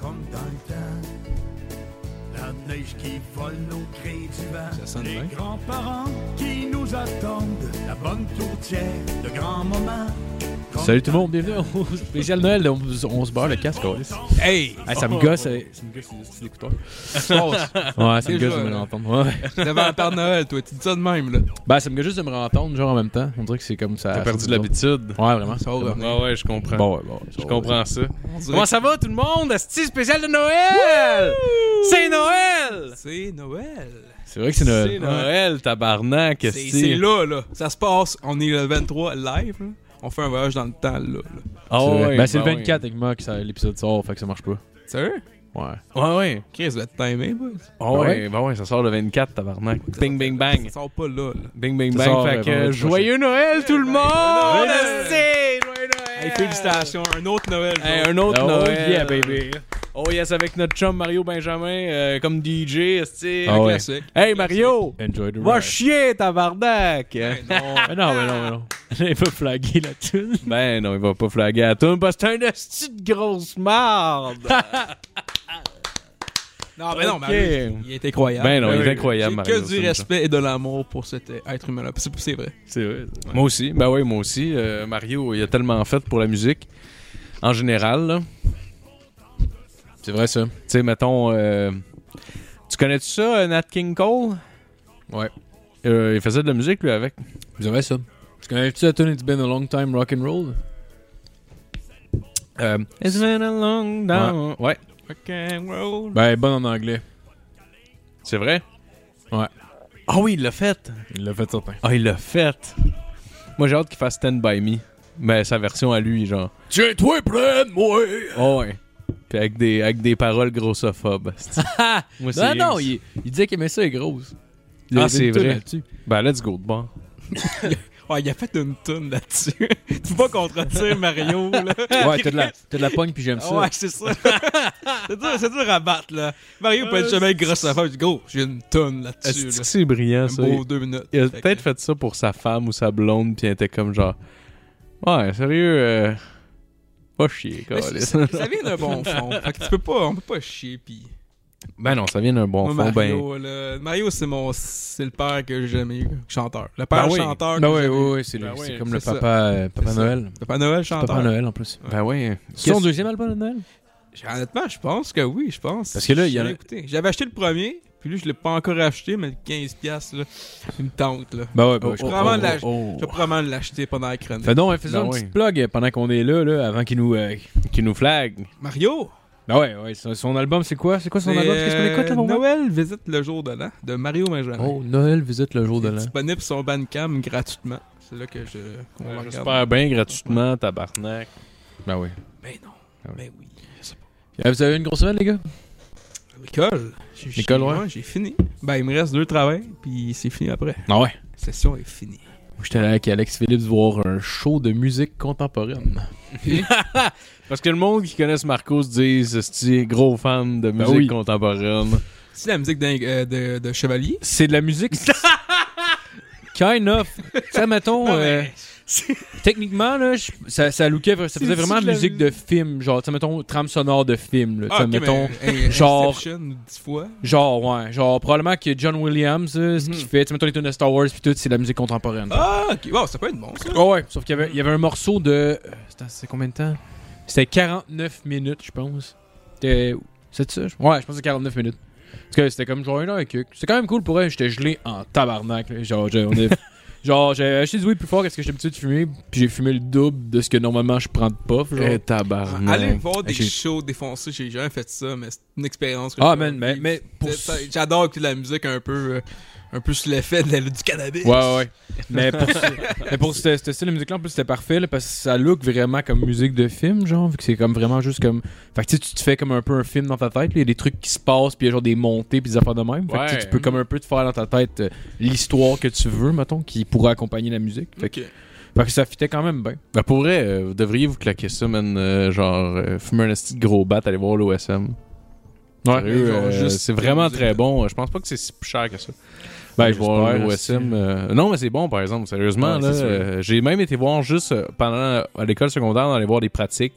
dans le temps. La neige qui vole nos craies du Ça sonne vent. Les bien. grands-parents qui nous attendent. La bonne tourtière de grands moments. Salut tout le monde, bienvenue au spécial Noël. On, on se barre le casque, Alice. Hey! Hey, ça me gosse, euh, ça me gosse les- les écouteurs. Ouais, ça me gosse de me l'entendre. Ouais. Devant un Père Noël, toi, tu dis ça de même, là. Ben, ça me gosse juste de me l'entendre, genre en même temps. On dirait que c'est comme ça. T'as perdu ça- l'habitude. Ouais, vraiment. Ça va Bon, revenir. Ouais, ouais, je comprends. bon, ouais, bon. je comprends ça. On dirait Comment que ça va tout le monde? Asti spécial de Noël! C'est Noël! C'est Noël. C'est vrai que c'est C'est Noël. Noël, tabarnak, C'est asti. c'est là, là. Ça se passe. On est le 23 live, là. On fait un voyage dans le temps, là. là. Ah C'est vrai. ouais, ben, c'est bah le 24 avec moi que ça- l'épisode sort, fait que ça marche pas. Sérieux? Ouais. Ouais, ouais. Chris va te timer, boys. Ah ouais, bah ouais, ça sort le 24, tabarnak. Bing, bing, bang. Ça sort pas là, là. Bing, bing, Ça bang. sort, fait euh, que vendredi joyeux Noël tout le monde! Noël! Asti! Joyeux Noël! Hey, félicitations. Un autre Noël. Hey, genre. un autre Oh Noël. yeah, baby. Oh yes, avec notre chum Mario Benjamin euh, comme DJ, asti. Ah ouais. Classique. Hey Mario! Enjoy the Va ride. chier, tabarnak! Non. Ben non, ben non, ben non. Il va flaguer la tune. Ben non, il va pas flaguer à tout parce que c'est un esti de grosse marde! non, mais non, Ok. mais il est incroyable. ben non, il Ouais. est incroyable, J'ai Mario. que du respect et de l'amour pour cet euh, être humain-là. C'est c'est vrai. C'est vrai. Moi aussi, ben oui, moi aussi. Euh, Mario, il a tellement fait pour la musique, en général, là. C'est vrai, ça. Tu sais, mettons... euh, Tu connais-tu ça, euh, Nat King Cole? Ouais. Euh, il faisait de la musique, lui, avec. C'est vrai, ça. Tu connais-tu la tune It's Been a Long Time Rock'n'Roll? Euh, It's been a long time. Ouais, Ben, bonne en anglais. c'est vrai? Ouais. Ah oui, il l'a fait! Il l'a fait certain. Ah, il l'a fait! Moi, j'ai hâte qu'il fasse Stand By Me. Mais sa version à lui, genre. Tiens-toi près de moi! Oh, ouais. Puis avec des, avec des paroles grossophobes. asti. Ah, Moi, Non, c'est- non, il, il disait qu'il aimait ça, les grosses. Il Ah, avait c'est une tune vrai. là-dessus. Ben, let's go de bon. Ouais, il a fait une tonne là-dessus. tu peux pas contredire Mario, là. Ouais, t'as de la, t'as de la pogne, puis j'aime ça. Ouais, c'est ça. c'est dur, c'est dur à battre, là. Mario peut être Euh, jamais grosse à faire. Je dis, Go, j'ai une tonne là-dessus, Asti là. que C'est brillant, Un ça. beau deux minutes. Il a Fait que- peut-être fait ça pour sa femme ou sa blonde, puis il était comme genre. Ouais, sérieux, euh... pas chier, Mais c'est- câlisse. ça, ça vient d'un bon fond. Fait que tu peux pas, on peut pas chier, pis... Ben non, ça vient d'un bon Moi, fond. Ben, Mario, là, Mario, c'est mon... C'est le père que j'ai jamais eu. Chanteur. Le père Ben oui. chanteur Ben que ouais, j'ai ouais, eu. ouais, c'est le- Ben c'est ouais, comme le c'est ça. papa, euh, papa C'est ça. Noël. Papa Noël chanteur. Papa Noël, en plus. ben ouais. C'est son Qu'est-ce- deuxième album de Noël? Honnêtement, je pense que oui, je pense. Parce que là, il y Je en a- l'ai écouté. J'avais acheté le premier, puis lui, je l'ai pas encore acheté, mais 15$, piastres, là, une tente, là. Ben ouais, ben Oh, ouais, je oh, crois. vraiment de la- oh, Je vais oh. probablement l'acheter pendant la chronique. Fais donc, hein, faisons Ben une ouais. petite plug euh, pendant qu'on est là, là, avant qu'il nous... euh, Qui nous flague. Mario, Ben ouais, ouais, son, son album, c'est quoi? C'est quoi son c'est, album? Qu'est-ce qu'on écoute, là, euh, pour moi? Noël visite le jour de l'an de Mario Benjamin. Oh, Noël visite le jour de C'est l'an. disponible sur son Bandcam gratuitement. C'est là que je. qu'on Ouais, regarde. J'espère bien gratuitement, tabarnak. Ben oui. Ben non. Ah oui. Ben oui. Je sais Euh, Vous avez eu une grosse semaine, les gars? pas. L'école. J'ai- j'ai- L'école, ouais. J'ai fini. Ben, il me reste deux travails, puis c'est fini après. Ah ouais. La session est finie. J'étais allé avec Alex Phillips voir un show de musique contemporaine. Parce que le monde qui connaisse Marcos disent c'est gros fan de musique Ben oui. contemporaine. C'est la musique d'un- euh, de, de Chevalier. C'est de la musique. kind of. Tu sais, mettons, euh, techniquement, là, je- ça, ça, lookait, ça faisait C'est- vraiment c'est de la musique de film. Genre, tu sais, mettons, trame sonore de film. Là, Tu sais, Ah, ok, mettons, mais, hey, genre- Inception, dix fois. Genre, ouais. Genre, probablement que John Williams, euh, ce qu'il Mhm. fait, tu sais, mettons, les tunes de Star Wars, puis tout, c'est de la musique contemporaine. Ah, ok. Wow, ça peut être bon, ça. Oh ouais, sauf qu'il y avait, il y avait un morceau de. euh, c'était- C'était combien de temps C'était 49 minutes, je pense. C'était. C'est ça je- Ouais, je pense que c'était 49 minutes. Parce que c'était comme genre une heure et quelques. C'était quand même cool pour elle, j'étais gelé en tabarnak. là. Genre, j'ai- on est- genre, j'ai acheté du weed plus fort que ce que j'étais habitué de fumer, puis j'ai fumé le double de ce que normalement je prends de puff. Genre. Eh, tabarnak. Aller voir des Oh, j'ai- shows défoncés, j'ai jamais fait ça, mais c'est une expérience. que Ah, j'ai man, mais- envie. mais pour- C'est- ça- J'adore écouter de la musique un peu, euh, un peu sous l'effet de la- du cannabis. Ouais, ouais, ouais. Mais pour, ce- mais pour ce, ce style de musique-là, en plus, c'était parfait là, parce que ça look vraiment comme musique de film, genre, vu que c'est comme vraiment juste comme. Fait que tu sais, tu te fais comme un peu un film dans ta tête, là. il y a des trucs qui se passent, puis il y a genre des montées, puis des affaires de même. Fait que, tu sais, Ouais. tu peux comme un peu te faire dans ta tête euh, l'histoire que tu veux, mettons, qui pourrait accompagner la musique. Fait que, Ok. fait que ça fitait quand même bien. Ben pour vrai, euh, vous devriez vous claquer ça, man. euh, genre, euh, fumer un esti de gros bat, aller voir l'OSM. Ouais. Sérieux, Genre, euh, juste c'est vraiment musique. très bon. Je pense pas que c'est si plus cher que ça. Ben, Aller voir j'espère, l'OSM. euh, non, mais c'est bon, par exemple. Sérieusement, Ouais, là, c'est sûr. euh, j'ai même été voir juste euh, pendant à l'école secondaire, aller voir des pratiques.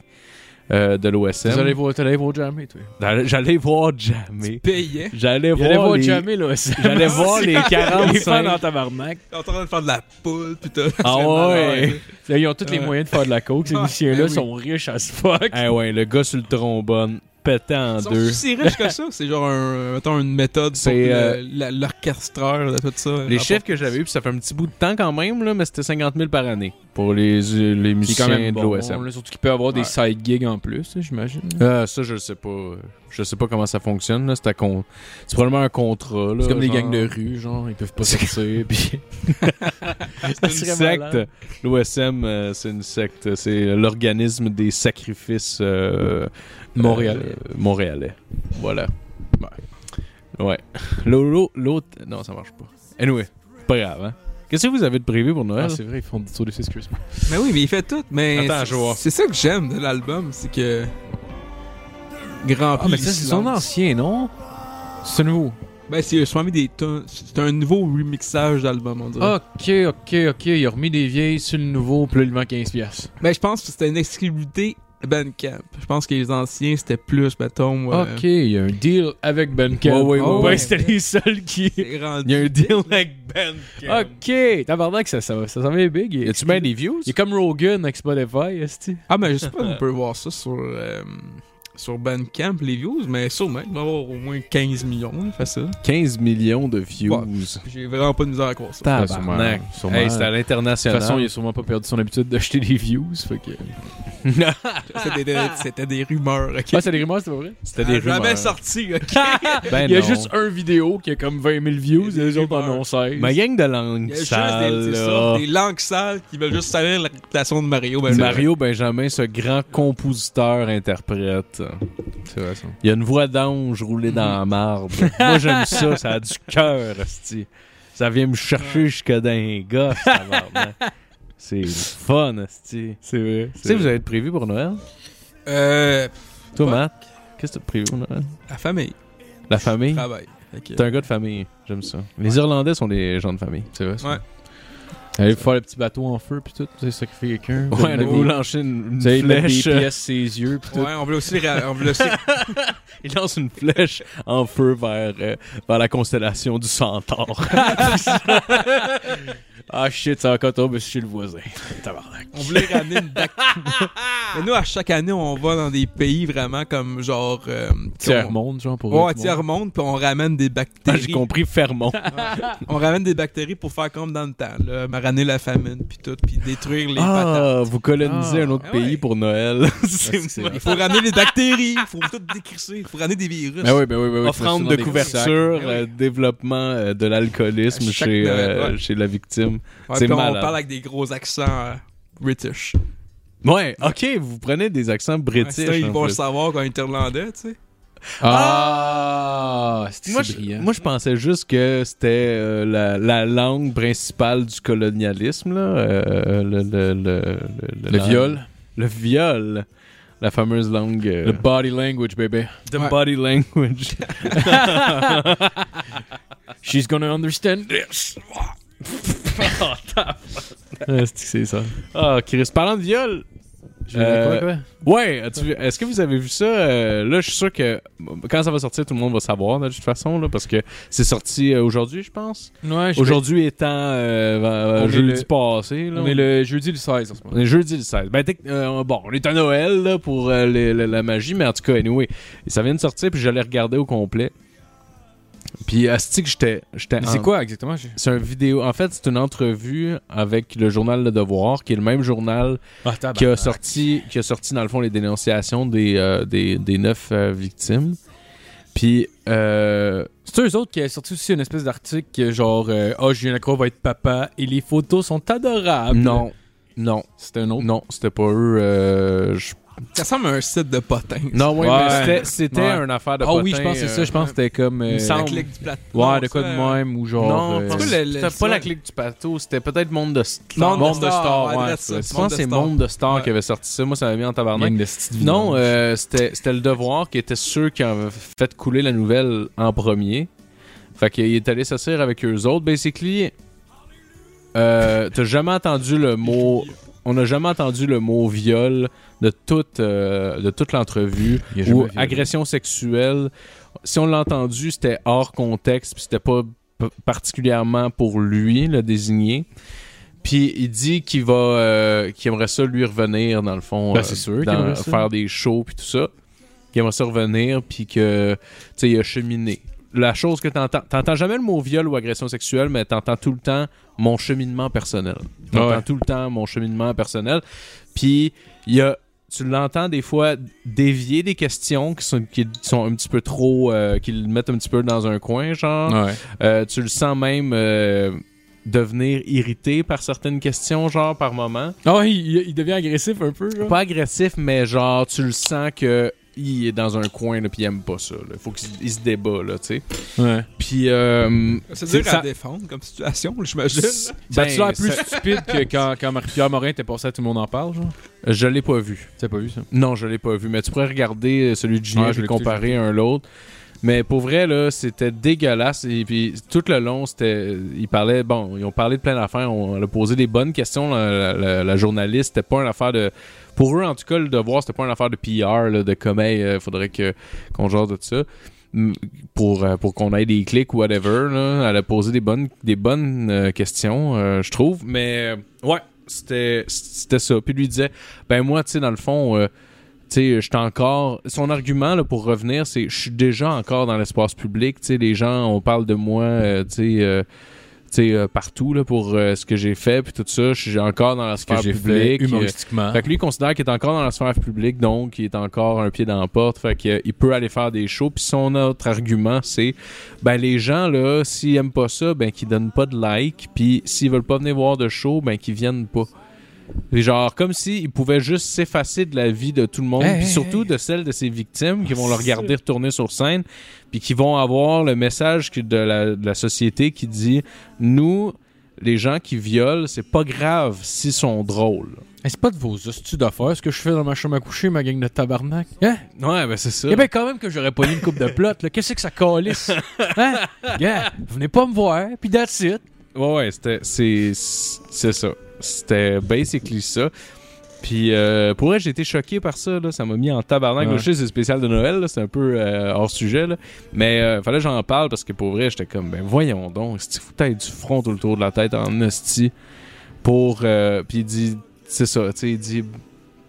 euh, de l'OSM. T'allais voir, t'allais voir Jammer, toi. J'allais- J'allais voir jamais. Payait. T'allais J'allais voir, voir les... Jammer, là. c'est- J'allais voir les Les fans 45. en tabarnak. On est en train de faire de la poule, putain. Ah ouais. Là, ils ont tous les Ouais. moyens de faire de la coke. Ces Ouais, musiciens-là ben oui. sont riches as fuck. Eh ouais, le gars sur le trombone pétant en Ils sont deux. si riches que ça? C'est genre un, euh, mettons une méthode pour C'est, le- euh, la- l'orchestreur de tout ça. Les Ah, chefs que j'avais eu, puis ça fait un petit bout de temps quand même, là, mais c'était 50 000 par année pour les, euh, les C'est musiciens quand même de bon, l'OSM. là, surtout qu'ils peuvent avoir des Ouais. side gigs en plus, là, j'imagine. Euh, ça, je sais pas. euh, Je sais pas comment ça fonctionne. là. C'est à con- c'est probablement un contrat. là, C'est comme des genre. gangs de rue, genre, ils peuvent pas sortir. puis... C'est une Ça serait secte. malade. L'OSM, euh, c'est une secte. C'est l'organisme des sacrifices euh, Montréalais. euh, montréalais. Voilà. Ouais. Ouais. L'autre. L'autre. Non, ça marche pas. Anyway, pas grave. Hein? Qu'est-ce que vous avez de prévu pour Noël? Ah, c'est vrai, ils font du tour de six Christmas. Mais oui, mais il fait tout. Mais Attends, c'est- je vais voir. C'est ça que j'aime de l'album, c'est que. Grand Ah, mais ça, c'est son ancien, non? C'est nouveau. Ben, c'est ils se sont mis des tonnes- C'est un nouveau remixage d'album, on dirait. Ok, ok, ok. Il a remis des vieilles sur le nouveau, puis là, il vend 15$. piastres. Ben, je pense que c'était une exclusivité Bandcamp. Je pense que les anciens, c'était plus, mettons. euh, Ok, il y a un deal avec Bandcamp. Ouais, ouais, Ah ouais, ouais. c'était les seuls qui. C'est rendu. Il y a un deal avec Ben. Ok, tabarnak, ça, ça, ça s'en vient big. Y Il, a-tu bien des views? il est comme Rogan avec Spotify, est Ah, ben, je sais pas si on peut voir ça sur. euh, Sur Bandcamp, les views, mais sûrement, il va y avoir au moins 15 millions, là, facile. 15 millions de views. J'ai vraiment pas de misère à croire ça. Ah, Tabarnak. Ouais, sûrement. Hey, c'est à De l'international. toute façon, il a sûrement pas perdu son habitude d'acheter des views. Fait que... C'était des, c'était des rumeurs, ok? Ah, c'est des rumeurs, c'est pas vrai? C'était des rumeurs. Jamais sorti, ok? Ben il y a non. juste un vidéo qui a comme 20 000 views, Il y a les des autres en rumeurs. ont 16. Ma gang de Il y langue a juste sale, des, c'est là. ça, des langues sales qui veulent juste salir la réputation de Mario. Ben, Mario Benjamin, ce grand compositeur-interprète. c'est vrai, ça. Il y a une voix d'ange roulée dans la marbre. Moi, j'aime ça. Ça a du cœur, hostie. Ça vient me chercher jusque dans les gosses, tabarnak. C'est le fun, hostie. C'est vrai. Tu sais, vous avez de prévu pour Noël? Euh, Toi, Fuck. Matt, qu'est-ce que t'as de prévu pour Noël? la famille. La famille? Travail. Fait que- T'es un gars de famille. J'aime ça. Les Irlandais sont des gens de famille. C'est vrai, ça. Ouais. Allez faire le petit bateau en feu, puis tout. Vous avez sacrifié quelqu'un. Ouais, de de vous lancer une, une Vous avez mettre des flèche. pièces ses yeux, puis tout. Ouais, on voulait aussi. ra- On voulait aussi... Il lance une flèche en feu vers, euh, vers la constellation du centaure. Ah shit, ça a encore tombé chez le voisin. Tabarnak. On voulait ramener une bac. Mais nous, à chaque année, on va dans des pays vraiment comme genre. Euh, Tiers qu'on- monde, genre, pour Ouais, eux, tout le monde. tiers-monde, puis on ramène des Ah, bactéries. J'ai compris Fermont. on ramène des bactéries pour faire comme dans le temps, là. Ramener la famine, puis tout, puis détruire les patates. Ah, vous colonisez Ah, un autre ah ouais. pays pour Noël. Parce que c'est- Il faut ramener les bactéries, il faut tout décrisser, il faut ramener des virus. Ben oui, ben oui, ben oui. tu mets ça Offrande de dans des Ben couverture, sacs. euh, développement euh, de l'alcoolisme À chaque chez, Noël, euh, ouais. chez la victime. Ouais, c'est puis on malade. parle avec des gros accents euh, british. Ouais, ok, vous prenez des accents Ouais, hein, british. sinon, ils en vont le fait. savoir quand ils sont irlandais, tu sais. Ah, c'est moi, c'est je, brillant. moi, je pensais juste que c'était euh, la, la langue principale du colonialisme, là. euh, le, le- le- le- le la- viol, Le viol. La fameuse langue. euh, le body language, bébé. the Ouais. body language. She's gonna understand. Ah, c'est que c'est ça. Ah, Chris, parlant de viol. Euh, Ouais, as-tu vu- est-ce que vous avez vu ça? Euh, là, je suis sûr que m- quand ça va sortir, tout le monde va savoir de toute façon, là, parce que c'est sorti euh, aujourd'hui, je pense. Ouais, je Aujourd'hui étant euh, euh, On est jeudi le- passé. fais- Là, On est le jeudi le 16 en ce on moment. est jeudi le 16. Ben, tec- euh, bon, on est à Noël là, pour euh, les- la, la magie, mais en tout cas, anyway, ça vient de sortir, puis je l'ai regardé au complet. Puis, asti que j'étais... j'étais Mais c'est en- quoi exactement? j'ai- C'est un vidéo. En fait, c'est une entrevue avec le journal Le Devoir, qui est le même journal Ah, qui a sorti qui a sorti dans le fond les dénonciations des euh, des, des neuf euh, victimes puis euh, C'est eux autres qui a sorti aussi une espèce d'article que genre euh, Ah, Julien Lacroix va être papa et les photos sont adorables. non non C'était un autre. non Ah, c'était pas eux euh, je- Ça ressemble à un site de potins. non ouais, Ouais. mais c'était c'était Ouais. une affaire de Ah oui, je potin, pense que c'est euh, ça. Je pense que c'était comme. me euh, La semble. clique du plateau. Ouais, de quoi ça, de même ou genre. non euh, parce C'est que quoi le- le- c'était pas la ça? clique du plateau c'était peut-être monde de star Monde de Monde de Star, Star, ouais, ouais. adresse c'est ça. ça. je pense que c'est monde de star Ouais. qui avait sorti ça moi ça m'a mis en tabarnak Gang de petites non vidanges. euh, c'était c'était le devoir qui était ceux qui avaient fait couler la nouvelle en premier fait qu'il est allé s'asseoir avec eux autres basically euh, t'as jamais entendu le mot on n'a jamais entendu le mot viol de toute, euh, de toute l'entrevue Il y a jamais ou viol. agression sexuelle. Si on l'a entendu, c'était hors contexte, puis c'était pas p- particulièrement pour lui, le désigné. Puis il dit qu'il va, euh, qu'il aimerait ça lui revenir dans le fond, euh, Ben, c'est sûr qu'il dans- aimerait ça. faire des shows puis tout ça. Qu'il aimerait ça revenir puis que tu sais il a cheminé. La chose que t'entends, t'entends jamais le mot viol ou agression sexuelle, mais t'entends tout le temps mon cheminement personnel. T'entends Ah ouais. tout le temps mon cheminement personnel. Puis il y a tu l'entends des fois dévier des questions qui sont, qui sont un petit peu trop. euh, qui le mettent un petit peu dans un coin, genre. Ouais. Euh, tu le sens même euh, devenir irrité par certaines questions, genre par moment. Ah ouais, il, il devient agressif un peu. genre. Pas agressif, mais genre, tu le sens que il est dans un coin, là, puis il aime pas ça. Là. Faut qu'il il se débat, là, tu sais. Ouais. Puis. euh, C'est C'est- dur ça- à défendre comme situation, j'imagine. s- Ça ben, tu l'air plus ça- stupide que quand, quand Marie-Pierre Morin était passé à Tout le monde en parle, genre? Je l'ai pas vu. T'as pas vu ça? Non, je l'ai pas vu, mais tu pourrais regarder euh, celui de Julien Ouais, je puis l'ai le écouté, comparer un à l'autre. Mais pour vrai, là, c'était dégueulasse. Et puis, tout le long, c'était. Ils parlaient. Bon, ils ont parlé de plein d'affaires. On elle a posé des bonnes questions. La, la- la- la journaliste, c'était pas une affaire de. Pour eux, en tout cas, le devoir, c'était pas une affaire de PR, là, de comme, hey, euh, faudrait que, qu'on genre de ça. Mm, Pour, euh, pour qu'on ait des clics ou whatever. Là. Elle a posé des bonnes, des bonnes euh, questions, euh, je trouve. Mais, euh, ouais, c'était, c'était ça. Puis, lui disait, ben, moi, tu sais, dans le fond. euh, tu sais, j'étais encore. Son argument là, pour revenir, c'est je suis déjà encore dans l'espace public. Tu sais, les gens, on parle de moi, euh, tu sais, euh, tu sais, euh, partout là, pour euh, ce que j'ai fait, puis tout ça. Je suis encore dans la sphère Que j'ai fait publique. euh, humoristiquement. fait que lui, il considère qu'il est encore dans la sphère publique, donc il est encore un pied dans la porte. Fait qu'il peut aller faire des shows. Puis son autre argument, c'est ben les gens, là, s'ils aiment pas ça, ben qu'ils donnent pas de like. Puis s'ils veulent pas venir voir de show, ben qu'ils viennent pas. Et genre, comme s'ils pouvaient juste s'effacer de la vie de tout le monde, Hey, puis hey, surtout hey. Ah, de celle de ses victimes qui vont le regarder retourner sur scène, puis qui vont avoir le message que- de la, de la société qui dit Nous, les gens qui violent, c'est pas grave s'ils sont drôles. Hey, c'est pas de vos astuces d'affaires ce que je fais dans ma chambre à coucher, ma gang de tabarnak. Hein? Ouais, ben c'est ça. Eh ben quand même que j'aurais pogné une coupe de plot, là. Qu'est-ce que ça calisse? Hein? Yeah, venez pas me voir, puis that's it. Ouais, ouais, c'était. C'est c'est ça. C'était basically ça. Puis, euh, pour vrai, j'ai été choqué par ça. Là. Ça m'a mis en tabarnak. Ouais. Je sais, c'est spécial de Noël. là. C'est un peu euh, hors sujet. Là. Mais euh, fallait que j'en parle parce que pour vrai, j'étais comme, ben voyons donc, c'est faut être du front tout le tour de la tête en hostie pour. euh, puis il dit, c'est ça, tu sais, il dit,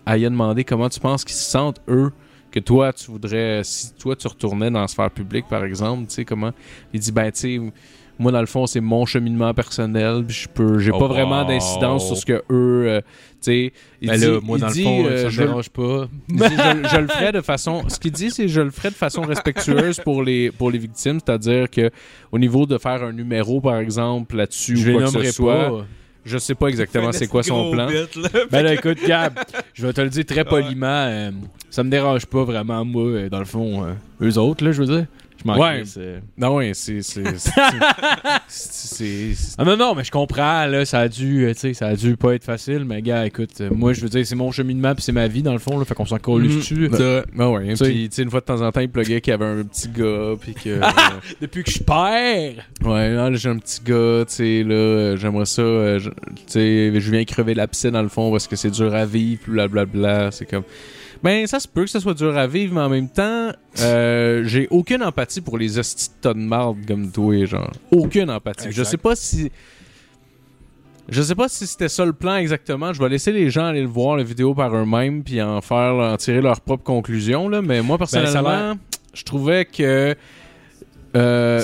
elle y a demandé comment tu penses qu'ils se sentent, eux, que toi, tu voudrais, si toi, tu retournais dans la sphère publique, par exemple, tu sais, comment. Il dit, ben, tu sais, moi, dans le fond, c'est mon cheminement personnel, puis je peux, j'ai Oh, pas vraiment wow. d'incidence sur ce que eux, euh, tu sais. Ben Il dit, il dit, euh, je, le- pas. il dit, je, je le ferai de façon. Ce qu'il dit, c'est je le ferai de façon respectueuse pour les, pour les victimes, c'est-à-dire que au niveau de faire un numéro, par exemple, là-dessus, Je les ou quoi que ce nommerai soit, pas. je sais pas exactement c'est quoi son Gros plan. bit, là. Ben là, écoute, Gab, je vais te le dire très poliment. euh, ça me dérange pas vraiment, moi, euh, dans le fond. euh, eux autres, là, je veux dire. Je m'en Ouais. crisse, euh. Non, ouais, c'est. c'est- c'est- c'est- c'est- Ah non, non, mais je comprends, là, ça a dû, euh, tu sais, ça a dû pas être facile, mais gars, écoute, euh, moi, je veux dire, c'est mon cheminement puis c'est ma vie, dans le fond, là, fait qu'on s'en colle dessus. Ben, ben ouais, T'sais- puis, tu sais, une fois de temps en temps, il pluguait qu'il y avait un petit gars, puis que. euh, Depuis que je perds! ouais, ah, là, j'ai un petit gars, tu sais, là, euh, j'aimerais ça, euh, je- tu sais, je viens crever l'abcès dans le fond parce que c'est dur à vivre, puis blablabla. C'est comme. Ben, ça se peut que ça soit dur à vivre, mais en même temps, euh, j'ai aucune empathie pour les hosties de tonnes marde comme toi, genre. Aucune empathie. Je Exact. sais pas si. Je sais pas si c'était ça le plan exactement. Je vais laisser les gens aller le voir, la vidéo par eux-mêmes, puis en faire, en tirer leurs propres conclusions, là. Mais moi, Ben, ça a l'air- personnellement, je trouvais que. euh,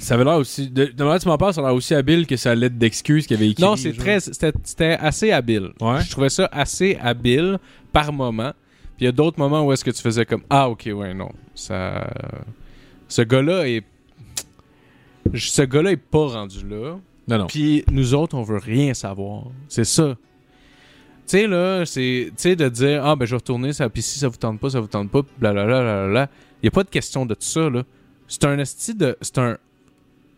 Ça avait l'air aussi, de, de la manière dont tu m'en parles, ça a l'air aussi habile que sa lettre d'excuse qu'il avait écrit. non, c'est genre. très. C'était c'était assez habile. Ouais. Je trouvais ça assez habile par moment. Puis il y a d'autres moments où est-ce que tu faisais comme Ah, ok, ouais, non. Ça. Ce gars-là est. Ce gars-là est pas rendu là. Non, non. Puis nous autres, on veut rien savoir. C'est ça. Tu sais, là, c'est. Tu sais, de dire Ah, ben, je vais retourner, ça, puis si ça vous tente pas, ça vous tente pas, blablabla. blablabla. Il n'y a pas de question de tout ça, là. C'est un esti de. C'est un.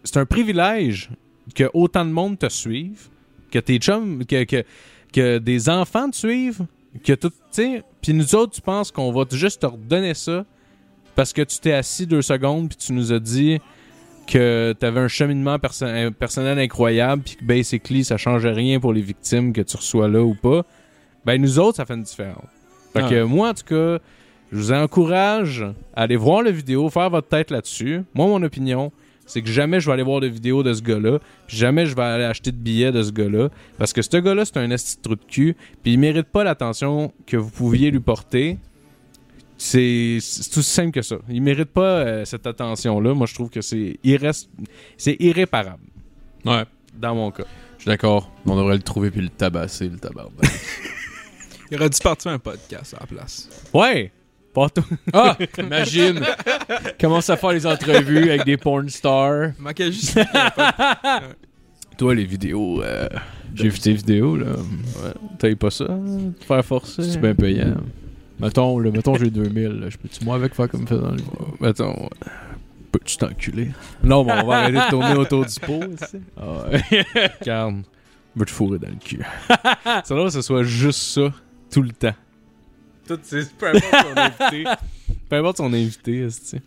C'est un privilège que autant de monde te suive, que tes chums. que, que, que des enfants te suivent, que tout. Tu sais, puis nous autres, tu penses qu'on va t- juste te redonner ça parce que tu t'es assis deux secondes, puis tu nous as dit que tu avais un cheminement perso- euh, personnel incroyable, puis que basically ça change rien pour les victimes que tu reçois là ou pas. ben nous autres, ça fait une différence. Fait Ah. que moi, en tout cas, je vous encourage à aller voir la vidéo, faire votre tête là-dessus. Moi, mon opinion, c'est que jamais je vais aller voir de vidéo de ce gars-là, puis jamais je vais aller acheter de billets de ce gars-là, parce que ce gars-là, c'est un esti de trou de cul, puis il mérite pas l'attention que vous pouviez lui porter. C'est c'est tout simple que ça. Il mérite pas euh, cette attention-là. Moi, je trouve que c'est irres- c'est irréparable, Ouais. dans mon cas. Je suis d'accord. On devrait le trouver puis le tabasser, le tabarnak. Il aurait dû partir un podcast à la place. Ouais! Pas tout. ah! Imagine! Commence à faire les entrevues avec des porn stars. Il manquait juste un podcast. Toi, les vidéos. euh, J'ai vu tes vidéos, là. T'as eu pas ça? hein? Te Faire forcer? C'est bien payant. Mettons, là, mettons j'ai 2000. là. Je peux-tu, moi, avec faire comme ça dans le Mettons. euh, Peux-tu t'enculer? Non, mais on va arrêter de tourner autour du pot. Ah ouais. Carne. Veux te fourrer dans le cul. Ah! C'est drôle que ce soit juste ça tout le temps. Tout, c'est peu importe son invité. Peu importe son invité, esti.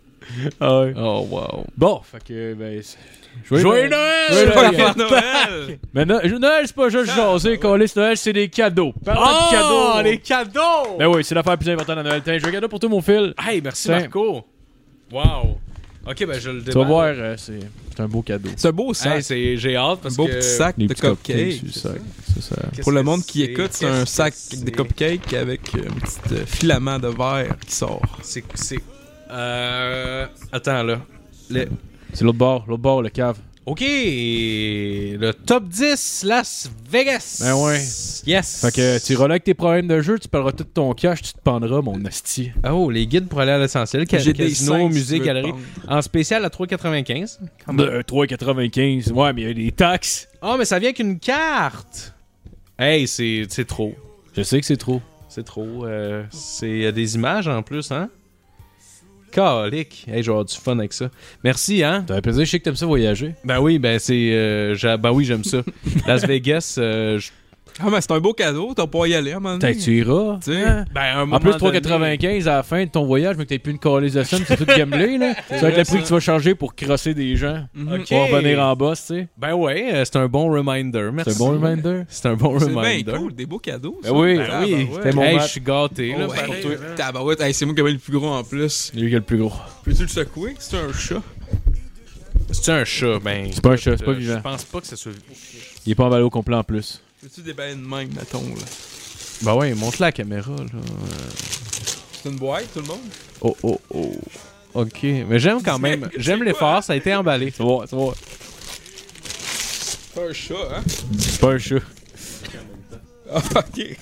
Ah ouais. Oh wow. Bon, fait que, ben. c'est- Joyeux, Noël! Joyeux C'est pas Noël! le Noël! Mais no- Noël, c'est pas juste jaser, coller, c'est Noël, c'est des cadeaux. Parlons Oh, de cadeaux! les cadeaux! Ben oui, c'est l'affaire plus importante à Noël. Tiens, je regarde pour tout mon fil. Hey, merci Tiens. Marco. Wow. Ok, ben je le Tu vas voir, euh, c'est c'est un beau cadeau. C'est un beau sac. Hey, c'est- j'ai hâte parce un beau que... petit sac Les de petits cupcakes, cupcakes. c'est ça. C'est ça. Pour le monde qui Qu'est-ce que écoute, c'est un qu'est-ce sac que de c'est? cupcakes avec euh, un petit euh, filament de verre qui sort. C'est. c'est- Euh. Attends, là. Le... C'est l'autre bord, l'autre bord, le cave. Ok. Le top 10 Las Vegas. Ben ouais. Yes. Fait que tu iras là avec tes problèmes de jeu, tu parleras tout ton cash, tu te pendras, mon asti. Oh, les guides pour aller à l'essentiel. Ca- J'ai des Casino, cinq, si musée, tu veux galerie. te En spécial à 3,95. Euh, 3,95. Ouais, mais il y a des taxes. Oh, mais ça vient qu'une carte. Hey, c'est c'est trop. Je sais que c'est trop. C'est trop. euh, c'est il y a des images en plus, hein? Calique. Hey, je vais avoir du fun avec ça. Merci, hein? T'as un plaisir, je sais que t'aimes ça voyager. Ben oui, ben c'est. euh, j'a- ben oui, j'aime ça. Las Vegas, euh, je- Ah, mais c'est un beau cadeau, t'as pas y aller à un moment T'as donné. tu iras. Hmm. Tu sais, hein? Ben, un En plus, moment donné- 3,95 à la fin de ton voyage, mais que t'aies plus une calice de somme, c'est tout gamblé, là. Ça va être vrai, le prix ça. que tu vas charger pour crosser des gens. Mhm. Pour revenir en boss, tu sais. Ben ouais, euh, c'est un bon reminder. Merci. C'est un bon reminder. C'est un bon C'est reminder. bien cool, des beaux cadeaux. Ben oui, ben Ah, oui, ouais. c'était mon Hey, je match. suis gâté, là. Oh, par- hey, tabarouette, hey, c'est moi qui avais le plus gros en plus. Lui qui est le plus gros. Peux-tu le secouer? C'est un chat. C'est un chat, ben. C'est pas un chat, c'est pas euh, vivant. Je pense pas que ça soit. Il est pas emballé au complet en plus. Peux-tu déballer de même, mettons, là? Ben ouais, montre-la à la caméra, là. C'est une boîte, tout le monde? Oh, oh, oh. Ok, mais j'aime quand même. C'est- J'aime c'est l'effort, ça a été emballé. Ça va, ça va. C'est un chat, hein? C'est pas un chat. Ah, ok.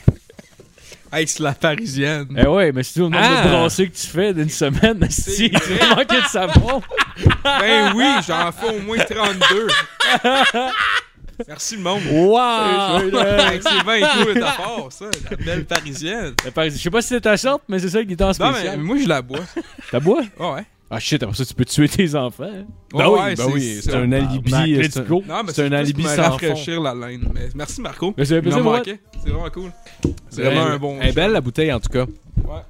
Hey, c'est la parisienne. Eh ouais, mais si tu veux le nombre Ah! de brassées que tu fais d'une semaine, si tu manques de savon. Ben oui, j'en fais au moins 32. Merci le monde. Wow! Hey, c'est bien cool ta part, ça. La belle parisienne. Je sais pas si c'est ta chante, mais c'est ça qui est en Non, mais spécial. moi, je la bois. T'as bois? ouais. Ah shit, après ça, tu peux tuer tes enfants. hein. Ben Ouais, oui, ouais, ben c'est- oui, c'est c'est- un alibi. Tabarnak, euh, let's c'est un- go. Non, mais C'est un juste alibi pour me sans rafraîchir la laine. Mais merci, Marco. Mais c'est Il en plaisir, moi. manquait. C'est vraiment cool. C'est vraiment Elle- un bon. Elle est belle, la bouteille, en tout cas. Ouais.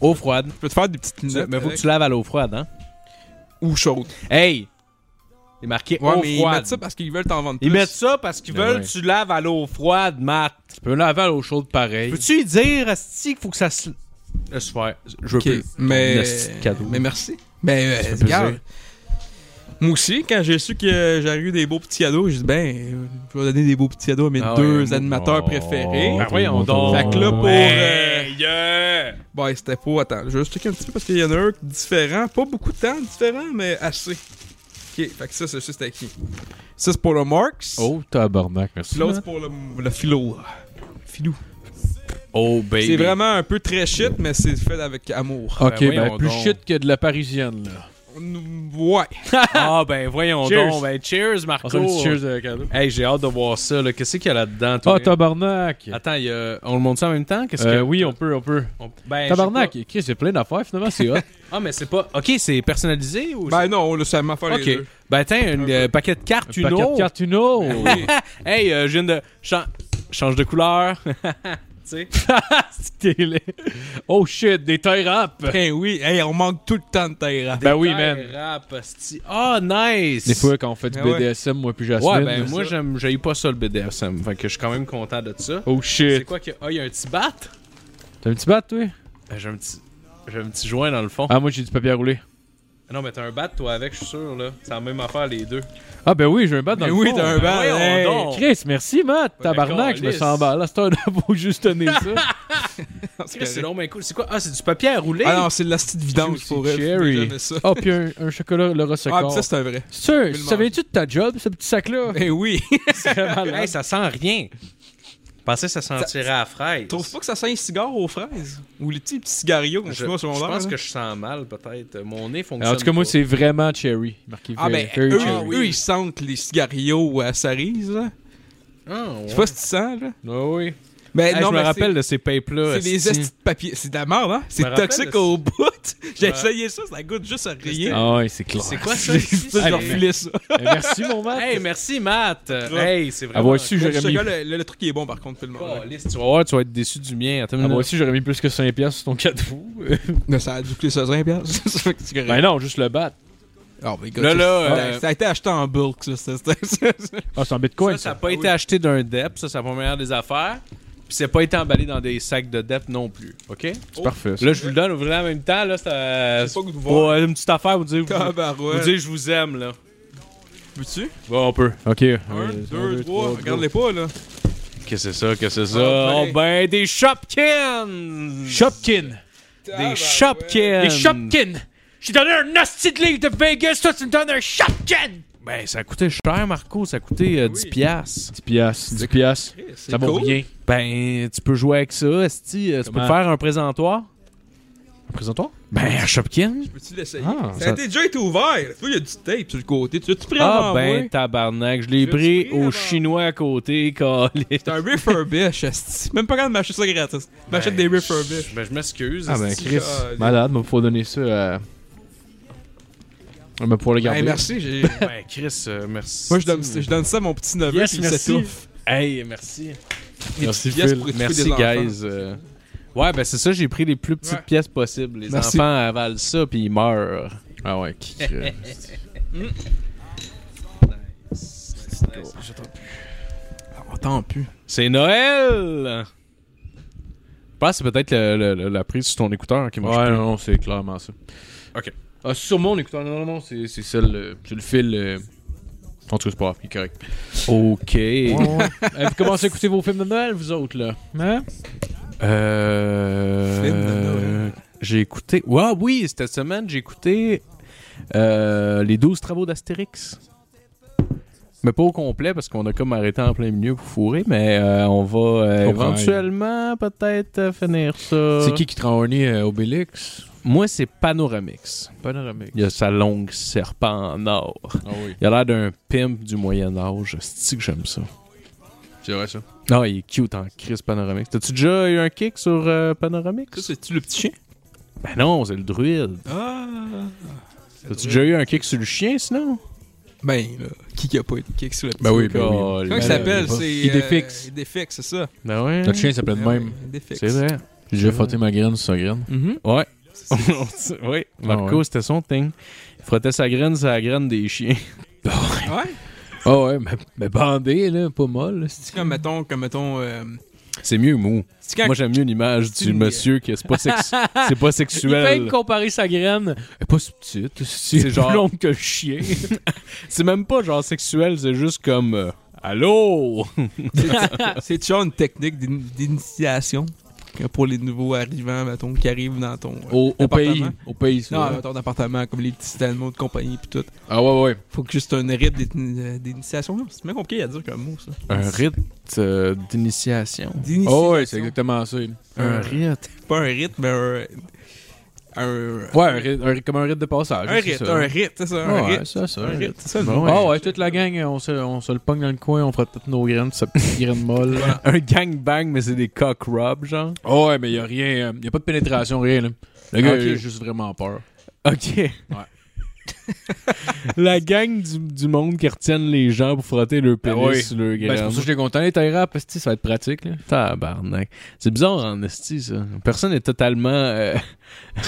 Eau froide. Je peux te faire des petites lunettes. Mais faut que avec- tu laves à l'eau froide, hein. Ou chaude. Hey! C'est marqué Ouais, eau mais ils froide. mettent ça parce qu'ils veulent t'en vendre plus. Ils mettent ça parce qu'ils Mais veulent ouais. que tu laves à l'eau froide, Matt. Tu peux laver à l'eau chaude pareil. Peux-tu lui dire, Asti, qu'il faut que ça se. Laisse faire. Je veux Ok, plus. mais. Nasty de cadeau. Mais merci. Mais, euh, plaisir. regarde. Moi aussi, quand j'ai su que j'avais eu des beaux petits cadeaux, j'ai dit, ben, euh, je vais donner des beaux petits cadeaux à mes Ah ouais, deux moi- animateurs Oh, préférés. Ben voyons Tout le donc. monde, Fait que là, tout le pour. monde. euh, Ben, c'était pas. Attends, je vais juste checker un petit peu parce qu'il y en a un différent. Pas beaucoup de temps différent, mais assez. Ok, fait que ça, c'est juste acquis. Ça, c'est pour le Marx. Oh, tabarnak, merci. Puis l'autre, c'est pour le, le Philo. Philou. Oh, baby. C'est vraiment un peu très shit, mais c'est fait avec amour. Ok, Ben ben, voyons plus donc. shit que de la parisienne, là. Ouais. Ah, ben voyons Cheers. donc. Ben, cheers, Marco. On se fait un petit cheers de cadeau. Hey, j'ai hâte de voir ça. là. Qu'est-ce qu'il y a là-dedans, toi? Ah, tabarnak! Attends, il y a- on le monte ça en même temps? Qu'est-ce Euh, que... oui, on peut, on peut. on- Ben, Tabarnak, je sais Chris, c'est plein d'affaires finalement, c'est hot. pas. Ah, mais c'est pas... OK, c'est personnalisé ou... Ben non, là, ça m'a fait les OK. deux. Ben, tiens, un peu. euh, paquet de cartes, une Paquet de autre. cartes Uno. Oui. Hey, euh, je viens de... Chan- Change de couleur. sais. C'était laid. Oh shit, des tie rap. Ben oui, hey, on manque tout le temps de hein. taille rap. Ben oui, man. Ah, nice! Des fois, quand on fait du Ah ouais. BDSM, moi puis Jasmine. Ben Ouais, ben là, moi, ça. j'aime, j'ai pas ça le BDSM. Fait que je suis quand même content de ça. Oh C'est shit. quoi que. Ah, il y a un petit bat? T'as un petit bat, toi Ben, j'ai un petit. J'ai un petit joint dans le fond. Ah, moi j'ai du papier à rouler. Non, mais t'as un bat, toi, avec, je suis sûr, là. C'est la même affaire, les deux. Ah, ben oui, j'ai un bat dans Ben le oui, fond. t'as un ban. voyons hey. donc. Chris, merci, Matt. ben, Tabarnak, je me calisse. sens mal. Là, c'est un faut juste tenir ça. C'est, long, mais cool. C'est quoi? Ah, c'est du papier à rouler? Ah non, c'est de la petite vidange Juicy pour elle. cherry. J'aimais ça. oh, puis un, un chocolat, le Ah, ressecor. pis ça, c'est un vrai. Sûr, le tu savais-tu de ta job, ce petit sac-là? Ben oui. hein. Hey, ça sent rien. Je pensais que ça sentirait à la fraise. Trouve pas que ça sent un cigare aux fraises Ou les petits, petits cigarios qu'on Je, fume au je secondaire. hein? pense là. que je sens mal, peut-être. Mon nez fonctionne. Alors, en tout cas, moi, pas. c'est vraiment cherry. Marqué Ah, very- ben, very eux, cherry. oui. eux, ils sentent les cigarios à Cerise, là. Ah, Je ouais. sais pas si tu sens, là. Ah oui. Ben Hey, je me c'est- rappelle de ces papes-là. C'est des esti. estis de papier. C'est de la merde, hein? me C'est rappelle toxique de- au bout. J'ai Ouais. essayé ça, ça goûte juste à rien. Ah, ouais, c'est clair. C'est quoi ça? ici? Je C'est- leur filais ça. Eh, Merci, mon Matt. Hey, merci, Matt. Hey, c'est vraiment. Avoir su, Le, j'aurais mis. chocolat, le, le- le truc qui est bon, par contre, tout le monde. Caliste, Ah, tu vas voir, tu vas être déçu du mien. Attends une Ah, moi minute. aussi, j'aurais mis plus que 5 piastres sur ton cadeau. Mais ça a dû coûter ça 5 piastres. C'est vrai que c'est correct. ben non, juste le bat. Oh my god. Là, là, ça- euh, Ça a été acheté en bulk, ça. c'était- c'était- Ah, c'est en bitcoin. ça, ça Ça, n'a pas été acheté d'un DEP, ça, c'est la première des affaires. Puis c'est pas été emballé dans des sacs de DEP non plus. OK? C'est parfait. ça. Là, je vous le donne, ouvrez en même temps. Là, c'est euh, J'ai pas goût de pour voir. Ah, ben euh, une petite affaire, vous dire, vous, vous Tabarouette. dire je vous aime. là. Veux-tu? Bon, on peut. Ok. ouais, 1, c'est 2, 3. trois, Regarde-les pas, là. Qu'est-ce que c'est ça? Qu'est-ce que c'est ça? Ah, Oh, ben. ben, des Shopkins! Shopkin. Ah, bah Shopkins. Des Shopkins! Les Shopkin. J'ai donné un nasty de livre de Vegas, toi, tu me donnes un Shopkin. Ben, ça a coûté cher, Marco. Ça a coûté euh, 10 piastres. 10 piastres, 10 piastres. Ça vaut cool. rien. Ben, tu peux jouer avec ça, Esti. Euh, Tu peux Comment? faire un présentoir? Présente-toi. Ben, un Shopkin? Peux-tu l'essayer? Ah, ça ça- a été déjà été ouvert. Tu vois, il y a du tape sur le côté. Tu l'as-tu pris Ah en ben ben... tabarnak, je l'ai J'ai pris pris au avant. chinois à côté, calé. C'est un refurbish, esti. Même pas quand de m'acheter ça gratis. M'achète des refurbish. Ben je m'excuse. Ah, ben, esti. Chris. God. Malade, mais faut donner ça à. On va pouvoir le garder. Hey, merci. j'ai- Ben, Chris, euh, merci. Moi, je donne, je donne ça à mon petit neveu Yes, qui merci. s'étouffe. Hey, merci. Des Merci, petites pièces Phil. pour étouffer Merci, des enfants. guys. euh. Ouais, ben c'est ça, j'ai pris les plus petites Ouais. pièces possibles. Les Merci. enfants avalent ça, puis ils meurent. Ah ouais, qui On t'en pue. C'est Noël! Je pense que c'est peut-être le- le- le- la prise sur ton écouteur qui marche Ouais, plus. non, non, c'est clairement ça. Ok. Ah, sur mon écouteur, non, non, non, c'est c'est celle. euh, C'est le fil. euh, En tout cas, c'est pas grave, il est correct. Ok. Eh, vous commencez à écouter vos films de Noël, vous autres, là. Hein? Euh, Film de Noël. euh, J'ai écouté. Ouais, oui, cette semaine, j'ai écouté euh, les 12 travaux d'Astérix. Mais pas au complet parce qu'on a comme arrêté en plein milieu pour fourrer, mais euh, on va euh, Je comprends. éventuellement peut-être euh, finir ça. C'est qui qui te rend au nez, euh, Obélix Moi, c'est Panoramix. Panoramique. Il a sa longue serpent en or. Ah oui, Il a l'air d'un pimp du Moyen Âge. C'est que j'aime ça. c'est vrai ça. Ah, il est cute en crise Panoramix. T'as-tu déjà eu un kick sur euh, Ça, Panoramix? c'est-tu le petit chien? Ben non, c'est le druide. Ah. T'as-tu déjà eu un kick sur le chien, sinon? Ben, là, qui qui a pas été kick sur le petit Ben oui, ben chien? oui. Comment il Ben, s'appelle? euh, C'est. Idéfix. euh, Ah Idéfix, c'est ça. Ben ouais. Notre chien s'appelait de même. Idéfix. C'est vrai. J'ai déjà frotté ma graine sur sa graine. Mhm. Ouais. oui, Marco, Ah ouais. c'était son thing. Il frottait sa graine sur la graine des chiens. Ouais. Ah ouais, mais, mais bandé, là, pas mal. là, c'est- C'est comme, mettons, comme, mettons. euh, C'est mieux mou. C'est quand. Moi, j'aime mieux l'image C'est du une- monsieur qui c'est pas, sex- c'est pas Il fait sexuel. que comparer sa graine. Elle est pas si petite, c'est C'est plus genre- longue que le chien. C'est même pas genre sexuel, c'est juste comme... euh, Allô? C'est toujours une technique d'in- d'initiation que pour les nouveaux arrivants, mettons, qui arrivent dans ton. euh, Au, au appartement. pays. Au pays, ça. Non, euh, dans ton appartement, comme les petits animaux de compagnie pis tout. Ah ouais, ouais. Faut que juste un rythme d'in- euh, d'initiation. Non, C'est même compliqué à dire comme mot, ça. Un rite euh, d'initiation. D'initiation. Oh ouais, c'est exactement ça. Un rite. Pas un rythme, mais un. Un. Ouais, un rite- un rite- comme un rite de passage. Un c'est rythme, ça. un rythme, c'est ça. Ouais, Un rythme. ça, ça. Un un rythme, c'est ça. le Bon, mot. ouais. Ah ouais, toute la gang, on se, on se le pogne dans le coin, on frotte toutes nos graines, ça petite graine molle. Un gangbang, mais c'est des cock rubs, genre. Ah ouais, mais y a rien, euh, y a pas de pénétration, rien. Là. Le gars, Ok. il a juste vraiment peur. Ok. la gang du, du monde qui retiennent les gens pour frotter leur pénis Ah oui. sur leur Ben, c'est graine. pour ça que j'étais content. Les tailles rap, parce que, tu sais, ça va être pratique. Là. Tabarnak. C'est bizarre en esti, ça. Personne n'est totalement euh,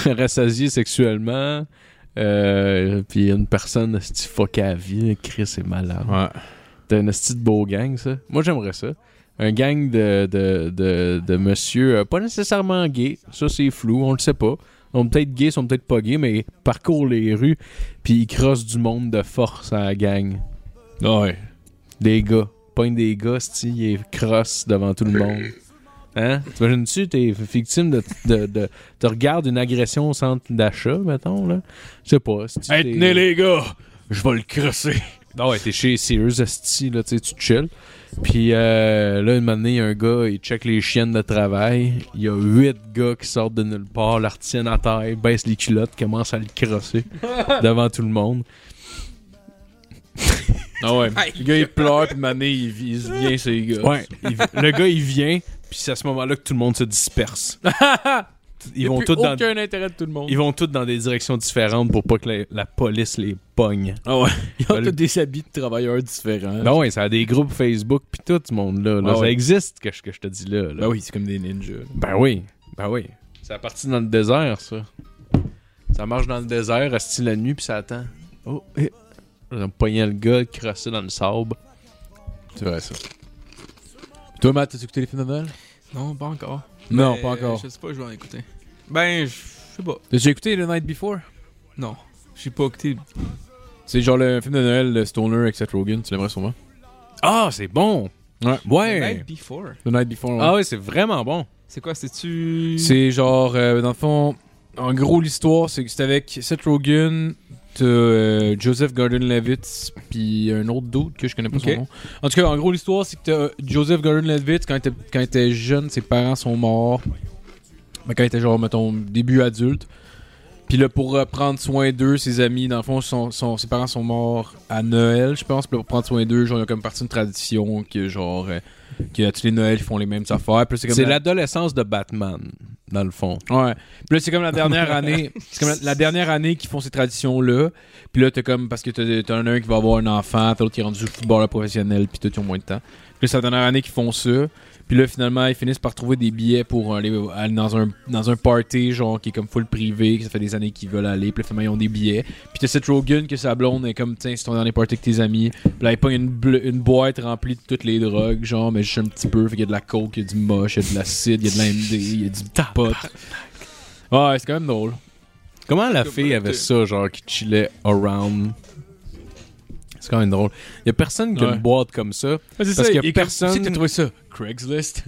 rassasié sexuellement. Euh, puis il y a une personne esti fuckée à vie. Chris est malade. Ouais. T'as un esti de beau gang, ça. Moi, j'aimerais ça. Un gang de, de, de, de monsieur, euh, pas nécessairement gay. Ça, c'est flou, on le sait pas. Ils sont peut-être gays, ils sont peut-être pas gays, mais ils parcourent les rues, puis ils crossent du monde de force à la gang. Ah Ouais. Des gars. Pogne des gars, si ils crossent devant tout le monde. Hein? T'imagines-tu, t'es victime de, de, de. Tu regardes une agression au centre d'achat, mettons, là? Je sais pas. c'ti, Hey, t'es- tenez les gars, je vais le crosser. non, ouais, t'es chez Sears, esti, là, tu sais, tu chill. Puis euh, là, une matinée, il y a un gars, il check les chiennes de travail. Il y a huit gars qui sortent de nulle part, la retiennent à terre, baissent les culottes, commencent à le crosser devant tout le monde. Ah ouais. Aïe. Le gars, il pleure, puis mané, il vise bien ses gars. Ouais, il- le gars, il vient, puis c'est à ce moment-là que tout le monde se disperse. Il Ils y a vont plus tous dans... aucun intérêt de tout le monde. Ils vont tous dans des directions différentes pour pas que la, la police les pogne. Ah ouais. Ils ont Ils tous des habits de travailleurs différents. Non, ouais, ça a des groupes Facebook puis tout ce monde-là. là. Ah ça ouais. existe, que, je- que je te dis là. là. Ben oui, c'est comme des ninjas. Ben oui, ben oui. Ça parti dans le désert, ça. Ça marche dans le désert, reste la nuit, puis ça attend. Oh, eh. Ils ont pogné le gars, le crossé dans le sable. C'est vrai, ça. Toi, Matt, t'as écouté les films de Noël? Ben, Non, pas encore. Non, Mais, pas encore. Je sais pas, je vais en écouter. Ben, je sais pas. T'as-tu écouté The Night Before? Non. J'ai pas écouté. C'est genre le film de Noël, le Stoner avec Seth Rogen. Tu l'aimerais sûrement. Ah, c'est bon! Ouais. Ouais! Night Ben, Before. The Night Before. ouais. Ah ouais, c'est vraiment bon. C'est quoi, c'est-tu. C'est genre, euh, dans le fond, en gros, l'histoire, c'est que c'est avec Seth Rogen, t'as, euh, Joseph Gordon-Levitt, puis un autre dude que je connais pas Ok. son nom. En tout cas, en gros, l'histoire, c'est que t'as euh, Joseph Gordon-Levitt, quand il était- quand il était jeune, ses parents sont morts. Ben, quand il était genre, mettons, début adulte. Puis là, pour euh, prendre soin d'eux, ses amis, dans le fond, son, son- ses parents sont morts à Noël, je pense. Puis là, pour prendre soin d'eux, genre, il y a comme partie une tradition que, genre, euh, que à tous les Noëls, ils font les mêmes affaires. Puis là, c'est comme C'est la- l'adolescence de Batman, dans le fond. Ouais. Puis là, c'est comme la dernière année. C'est comme la, la dernière année qu'ils font ces traditions-là. Puis là, t'as comme. Parce que t'as t'en as un qui va avoir un enfant, t'as l'autre qui est rendu footballeur professionnel, puis tout, ils ont moins de temps. Puis là, c'est la dernière année qu'ils font ça. Puis là, finalement, ils finissent par trouver des billets pour aller, aller dans, un, dans un party, genre, qui est comme full privé, que ça fait des années qu'ils veulent aller. Puis là, finalement, ils ont des billets. Puis t'as cette Rogan que sa blonde est comme, tiens, c'est ton dernier party avec tes amis. Puis là, il pogne une, bl- une boîte remplie de toutes les drogues, genre, mais juste un petit peu. Fait qu'il y a de la coke, il y a du moche, il y a de l'acide, il y a de l'MD, il y a du pot. Ouais, c'est quand même drôle. Comment la Comme fille avait t'es- ça, genre, qui chillait around? C'est quand même drôle. Y a personne qui a Ouais. une boîte comme ça. Parce ça, qu'il y et a comme- personne. si t'as trouvé ça Craigslist.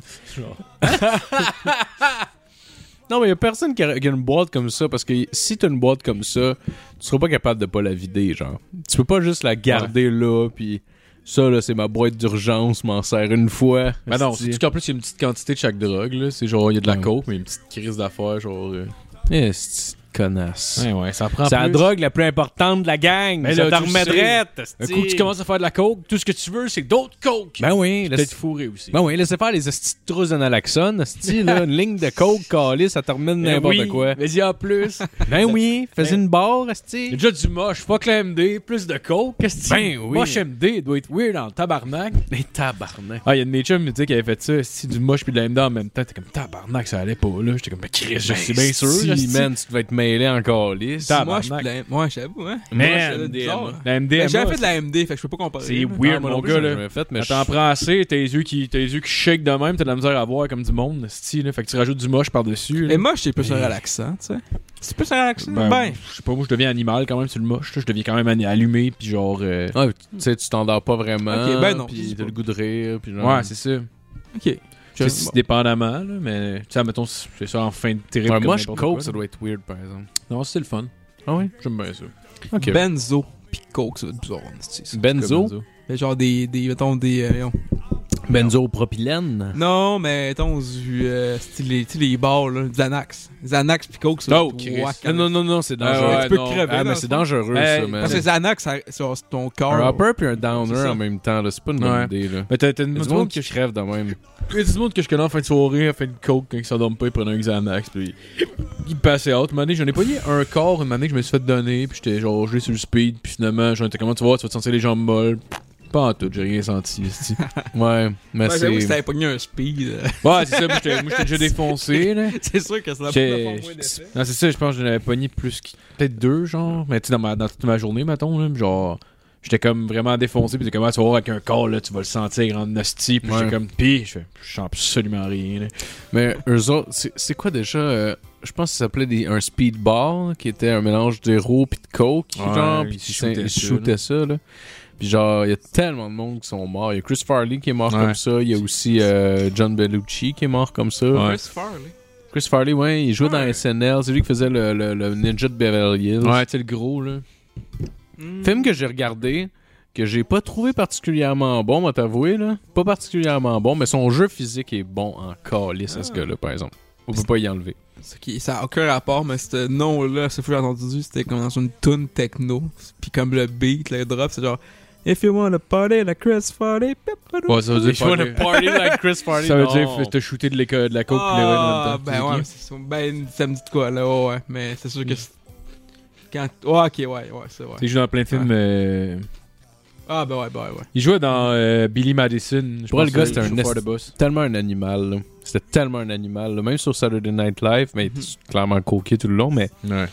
Non, mais y a personne qui a, qui a une boîte comme ça parce que si t'as une boîte comme ça, tu seras pas capable de pas la vider, genre. Tu peux pas juste la garder là, puis ça, là, c'est ma boîte d'urgence, m'en sers une fois. Ben non, Esti. c'est qu'en plus, il y a une petite quantité de chaque drogue. là. C'est genre, il y a de la Ouais. coke, mais une petite crise d'affaires, genre. euh. Esti de Eh, connasse. Ouais, ouais, ça prend. C'est la plus. drogue la plus importante de la gang. Mais ça là, t'en tu le remettrait, Un esti. coup que tu commences à faire de la coke, tout ce que tu veux, c'est d'autres coke. Ben oui, laisse... Peut-être fourré aussi. Ben oui, laissez faire les esti de trousses de naloxone, esti, là, une ligne de coke calée, ça te remède Ben n'importe quoi. Mais il y a plus. Ben oui, faisais une Il barre, y a esti. déjà du moche. Fuck la MD, plus de coke. Qu'est-ce que Ben oui. Moche MD, doit être weird en tabarnak. Mais Ben, tabarnak. Ah, il y a une nature qui me dit qu'il avait fait ça, si du moche puis de la MD en même temps. T'es comme tabarnak, ça allait pas là. J'étais comme, ben Chris, je suis bien sûr. là, Si, esti. man, tu devais être mêlé encore lisse. Tabarnak. Moi, je suis de la- Ouais, j'avoue, hein. Man, Moi, je suis de la- DMA. bizarre. La Ben, MDMA. J'avais fait de la MD, fait que je peux pas comparer. C'est là. weird, Ah, moi mon non plus, gars, j'en là. ai jamais fait, mais Quand t'en je- prends assez, t'as les yeux qui, t'as les yeux qui shake de même, t'as de la misère à voir comme du monde, esti, là. Fait que tu rajoutes du moche par-dessus. là. Mais moi, c'est plus un relaxant, tu sais. C'est plus un relaxant. Ben, Ben. je sais pas, moi, je deviens animal quand même sur le moche, là. Je deviens quand même ani- allumé, puis genre. euh, Ouais, mais tu tu sais, tu t'endors pas vraiment. Ok, ben non, je Puis sais t'as pas. le goût de rire. Puis genre... Ouais, c'est ça. Ok. Je- C'est c'est dépendamment, là, mais tu sais, mettons, c'est ça en fin de trip. Ouais, comme moi, je n'importe coke, quoi, ça là. doit être weird, par exemple. Non, c'est le fun. Ah ouais? J'aime bien ça. Ok. Benzo pis coke, ça va être bizarre. hein, c'est- c'est- Benzo? Mais genre des, des mettons, des, euh, voyons, Benzopropylène. Non, mais mettons, du, euh, c'est les, tu sais, les bars, là, Xanax. Xanax pis Coke, c'est Oh, Chris. trois, Non, quatre- non, non, non, c'est dangereux. Ah ouais, tu peux non. crever. Ah, dans mais le c'est fond. dangereux, Hey, ça, man. Parce que Xanax, ça, ça- c'est ton corps. Un upper puis un C'est downer ça. en même temps, là. C'est pas une Ouais. bonne idée, là. Mais t'as t'as une Il y a du monde monde que qui je crève de même. il y a du monde que je connais en fin de soirée, en fin de coke, quand ils s'endorment pas, ils prennent un Xanax, puis ils passaient out. Une année, j'en ai pas eu un corps, une année que je me suis fait donner, puis j'étais genre joué sur le speed, puis finalement, j'en étais comment tu vois, tu vas te sentir les jambes molles. Pas en tout, j'ai rien senti. esti. Ouais, mais Ouais, c'est. j'avoue que si t'avais pogné un speed, euh, ouais, c'est ça, moi j'étais moi, j'étais déjà défoncé, là. c'est sûr que ça n'a pas J'ai- moins d'effet. Non, c'est ça, je pense que j'en avais pogné plus que- peut-être deux, genre. Mais tu sais, dans, ma- dans toute ma journée, mettons, là, genre, j'étais comme vraiment défoncé. Puis t'es comme, ah, tu vas voir avec un corps, là, tu vas le sentir en hostie. Puis Ouais. j'étais comme, pis, je fais, je sens absolument rien. là. Mais eux autres, c'est c'est quoi déjà euh, Je pense que ça s'appelait des- un speedball, qui était un mélange d'héros puis de coke, Ouais, genre, ils puis ils shootaient s'in- ils ça, shootaient ça, là. Puis genre, il y a tellement de monde qui sont morts. Il y a Chris Farley qui est mort Ouais. comme ça. Il y a aussi euh, John Bellucci qui est mort comme ça. Ouais. Chris Farley. Chris Farley, ouais, il jouait dans Ouais. SNL. C'est lui qui faisait le, le- le Ninja de Beverly Hills. Ouais, tu sais, le gros, là. Hmm. Film que j'ai regardé, que j'ai pas trouvé particulièrement bon, à t'avouer, là. Pas particulièrement bon, mais son jeu physique est bon en calice à ce Ah. gars-là, par exemple. On peut pas y enlever. Ce qui- ça n'a aucun rapport, mais ce nom-là, c'est fois que j'ai entendu, c'était comme dans une tune techno. Puis comme le beat, le drop, c'est genre If you wanna party, la Chris Farley. Ouais, ça veut dire If you wanna fucker. party like Chris Farley. Ça veut non. dire, t'as shooté de, l'éco- de la coke pis de l'héroïne en Ah, même temps. ben ouais, mais C'est- c'est- ben, ça me dit de quoi, là, ouais, ouais, mais c'est Mm. sûr que. c'est- Quand... Ouais, ok, ouais, ouais, c'est vrai. Il joue dans plein de films. euh, Ah, ben ouais, ben ouais, ouais. Il jouait dans euh, Billy Madison. Je Pour le pense euh, gars, que c'était un chauffeur de esti- boss. tellement un animal. là. C'était tellement un animal. là. Même sur Saturday Night Live, mais il était clairement coqué tout le long, mais Mm-hmm. Ouais.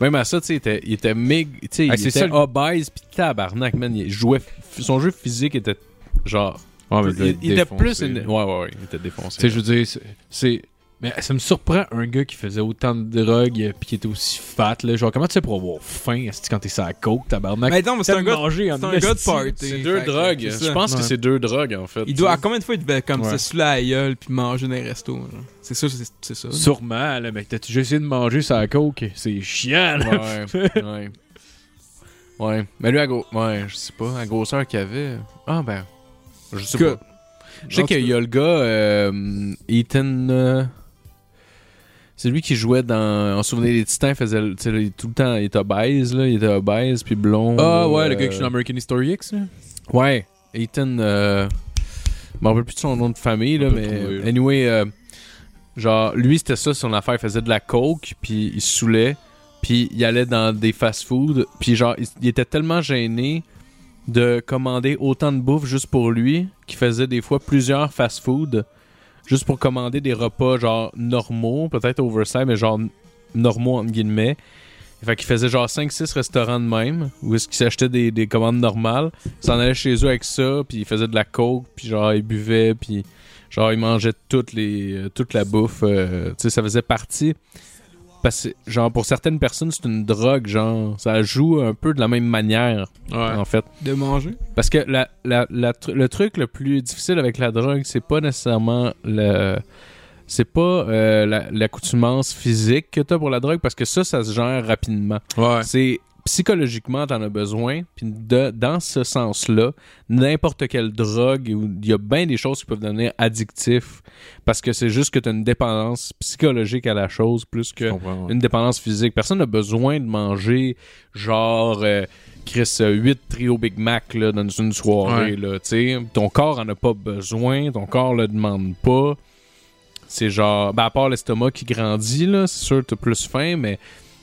même à ça, tu sais, il était, il était mig... Tu sais, Ah, il c'est était ça le- obèse, pis tabarnak, man. Il jouait... f- Son jeu physique était genre... Ouais, mais il, doit il était défoncé, plus... une- là. Ouais, ouais, ouais. Il était Tu sais, défoncé. je veux dire, c'est- c'est. Mais ça me surprend un gars qui faisait autant de drogue euh, pis qui était aussi fat, là. Genre, comment tu sais pour avoir faim esti, quand t'es sur la coke, tabarnak? Mais non, Ben, mais c'est un gars. manger C'est un gars de party. C'est fait deux que drogues. c'est ça. Je pense Ouais. que c'est deux drogues, en fait. Il doit, à combien de fois il devait comme Ouais. se saouler à la gueule puis manger dans les restos? genre? C'est sûr, c'est c'est ça. là. Sûrement, là, mec. T'as-tu déjà essayé de manger sa coke? C'est chiant, là. Ouais, ouais. Ouais. Mais lui, à gros... Ouais, je sais pas. La grosseur qu'il avait... Ah, ben... Je sais Que- pas. Je sais En tout qu'il y a le gars, euh, Ethan. euh, c'est lui qui jouait dans. En souvenir des Titans, il faisait le- tu sais, il- tout le temps. Il était obèse, là. Il était obèse, puis blond. Ah ouais, le euh, gars qui joue dans American History X, là. Ouais, Ethan. euh, Je me rappelle plus de son nom de famille, là, peut mais. trouver, là. Anyway, euh, genre, lui, c'était ça, son affaire. Il faisait de la coke, puis il se saoulait, puis il allait dans des fast-food, puis genre, il, il était tellement gêné de commander autant de bouffe juste pour lui qu'il faisait des fois plusieurs fast-food juste pour commander des repas, genre, normaux, peut-être oversize, mais genre, normaux, entre guillemets. Fait qu'il faisait genre 5-6 restaurants de même, où est-ce qu'il s'achetait des, des commandes normales s'en allait chez eux avec ça, puis il faisait de la coke, puis genre il buvait, puis genre il mangeait toutes les euh, toute la bouffe, euh, tu sais ça faisait partie parce que genre pour certaines personnes c'est une drogue genre ça joue un peu de la même manière en fait De manger? parce que la, la- la tru- le truc le plus difficile avec la drogue c'est pas nécessairement le c'est pas euh, la- l'accoutumance physique que t'as pour la drogue parce que ça ça se gère rapidement Ouais. c'est psychologiquement, t'en as besoin. Puis de- dans ce sens-là, n'importe quelle drogue, ou- il y a bien des choses qui peuvent devenir addictifs parce que c'est juste que t'as une dépendance psychologique à la chose plus que comprends, ouais. une dépendance physique. Personne n'a besoin de manger genre euh, Chris 8 trio Big Mac là, dans une soirée. Là, tu sais. ton corps en a pas besoin, ton corps le demande pas. C'est genre, ben, à part l'estomac qui grandit, là, c'est sûr que t'as plus faim, mais,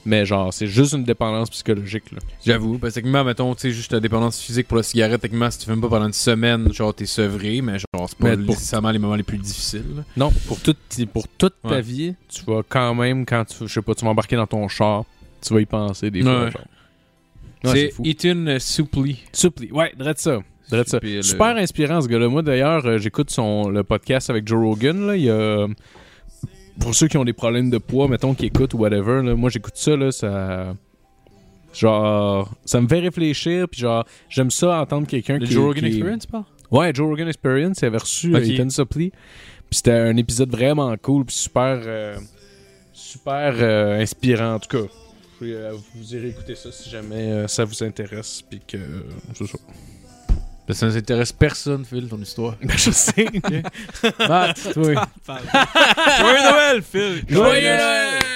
mais genre, c'est juste une dépendance psychologique. Là. J'avoue, parce que techniquement, mettons, tu sais, juste la dépendance physique pour la cigarette, techniquement, si tu fumes pas pendant une semaine, genre, t'es sevré, mais genre, c'est pas Mais pour- nécessairement les moments les plus difficiles. là. Non, pour toute, pour toute ta Ouais. vie, tu vas quand même, quand tu, je sais pas, tu vas embarquer dans ton char, tu vas y penser des fois. Ouais. genre. Ouais, c'est fou. Eaton euh, Suplee. Supli. Ouais, drette ça. Drette ça. Supli, le- Super inspirant, ce gars-là. Moi, d'ailleurs, euh, j'écoute son le podcast avec Joe Rogan. Là, il y a, euh, pour ceux qui ont des problèmes de poids, mettons, qui écoutent ou whatever, là, moi, j'écoute ça, là, ça... Genre, ça me fait réfléchir, puis genre, j'aime ça entendre quelqu'un Le qui... Joe Rogan qui- Experience, pas? Ouais, Joe Rogan Experience, il avait reçu Ok. euh, Ethan Suplee. Puis c'était un épisode vraiment cool, puis super... euh, super euh, inspirant, en tout cas. Puis, euh, Vous irez écouter ça si jamais euh, ça vous intéresse, puis que... euh, c'est ça. Parce que ça n'intéresse personne, Phil, ton histoire. Ben, je sais. Matt, toi. Joyeux Noël, Phil! Joyeux Noël!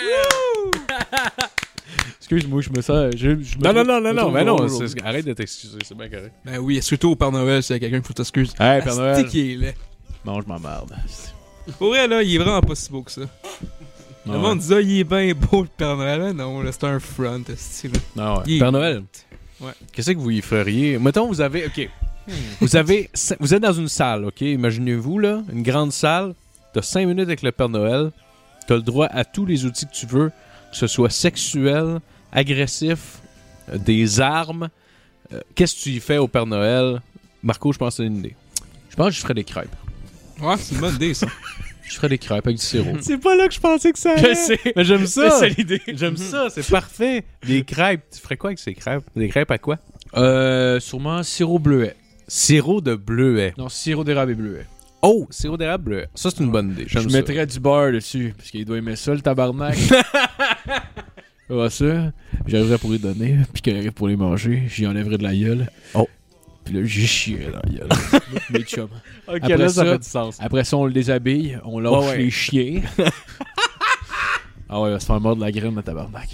Excuse-moi, je me sens. je- je me Non, non, trouve- je non, non, me non, trouve mais non, drôle c'est- aujourd'hui. arrête de t'excuser, c'est bien correct. Ben oui, surtout au Père Noël, s'il y a quelqu'un qu'il faut t'excuser. Hey, Père Noël. Asti qu'il est laid. Mange ma merde. Pour vrai, là, il est vraiment pas si beau que ça. le ouais. monde dit, ah, il est bien beau, le Père Noël. Ben Non, là, c'est un front, asti, là. Non, ouais. Il est- Père Noël. Ouais. Qu'est-ce que vous y feriez? Mettons, vous avez. OK. vous avez. cin- Vous êtes dans une salle, OK? Imaginez-vous, là, une grande salle. T'as 5 minutes avec le Père Noël. T'as le droit à tous les outils que tu veux, que ce soit sexuel, agressif, euh, des armes. Euh, Qu'est-ce que tu y fais au Père Noël? Marco, je pense que c'est une idée. Je pense que je ferais des crêpes. Ouais, c'est une bonne idée, ça. Je ferais des crêpes avec du sirop. C'est pas là que je pensais que ça allait. Mais j'aime ça. l'idée. J'aime ça, c'est parfait. Des crêpes. Tu ferais quoi avec ces crêpes? Des crêpes à quoi? Euh, sûrement sirop bleuet. Sirop de bleuet. Non, sirop d'érable et bleuet. Oh, sirop d'érable bleuet. Ça, c'est une bonne idée. Je J'aime ça. mettrais du beurre dessus, parce qu'il doit aimer ça, le tabarnak. ouais, ça. J'arriverais pour les donner, puis qu'il arrive pour les manger. J'y enlèverais de la gueule. Oh. Puis là, j'y chierais dans la gueule. Mes chums. Ok, Après là, ça ça- fait du sens. Après ça, on le déshabille, on lâche Ouais, ouais. les chiens. ah ouais, il va se faire mordre la graine, le tabarnak.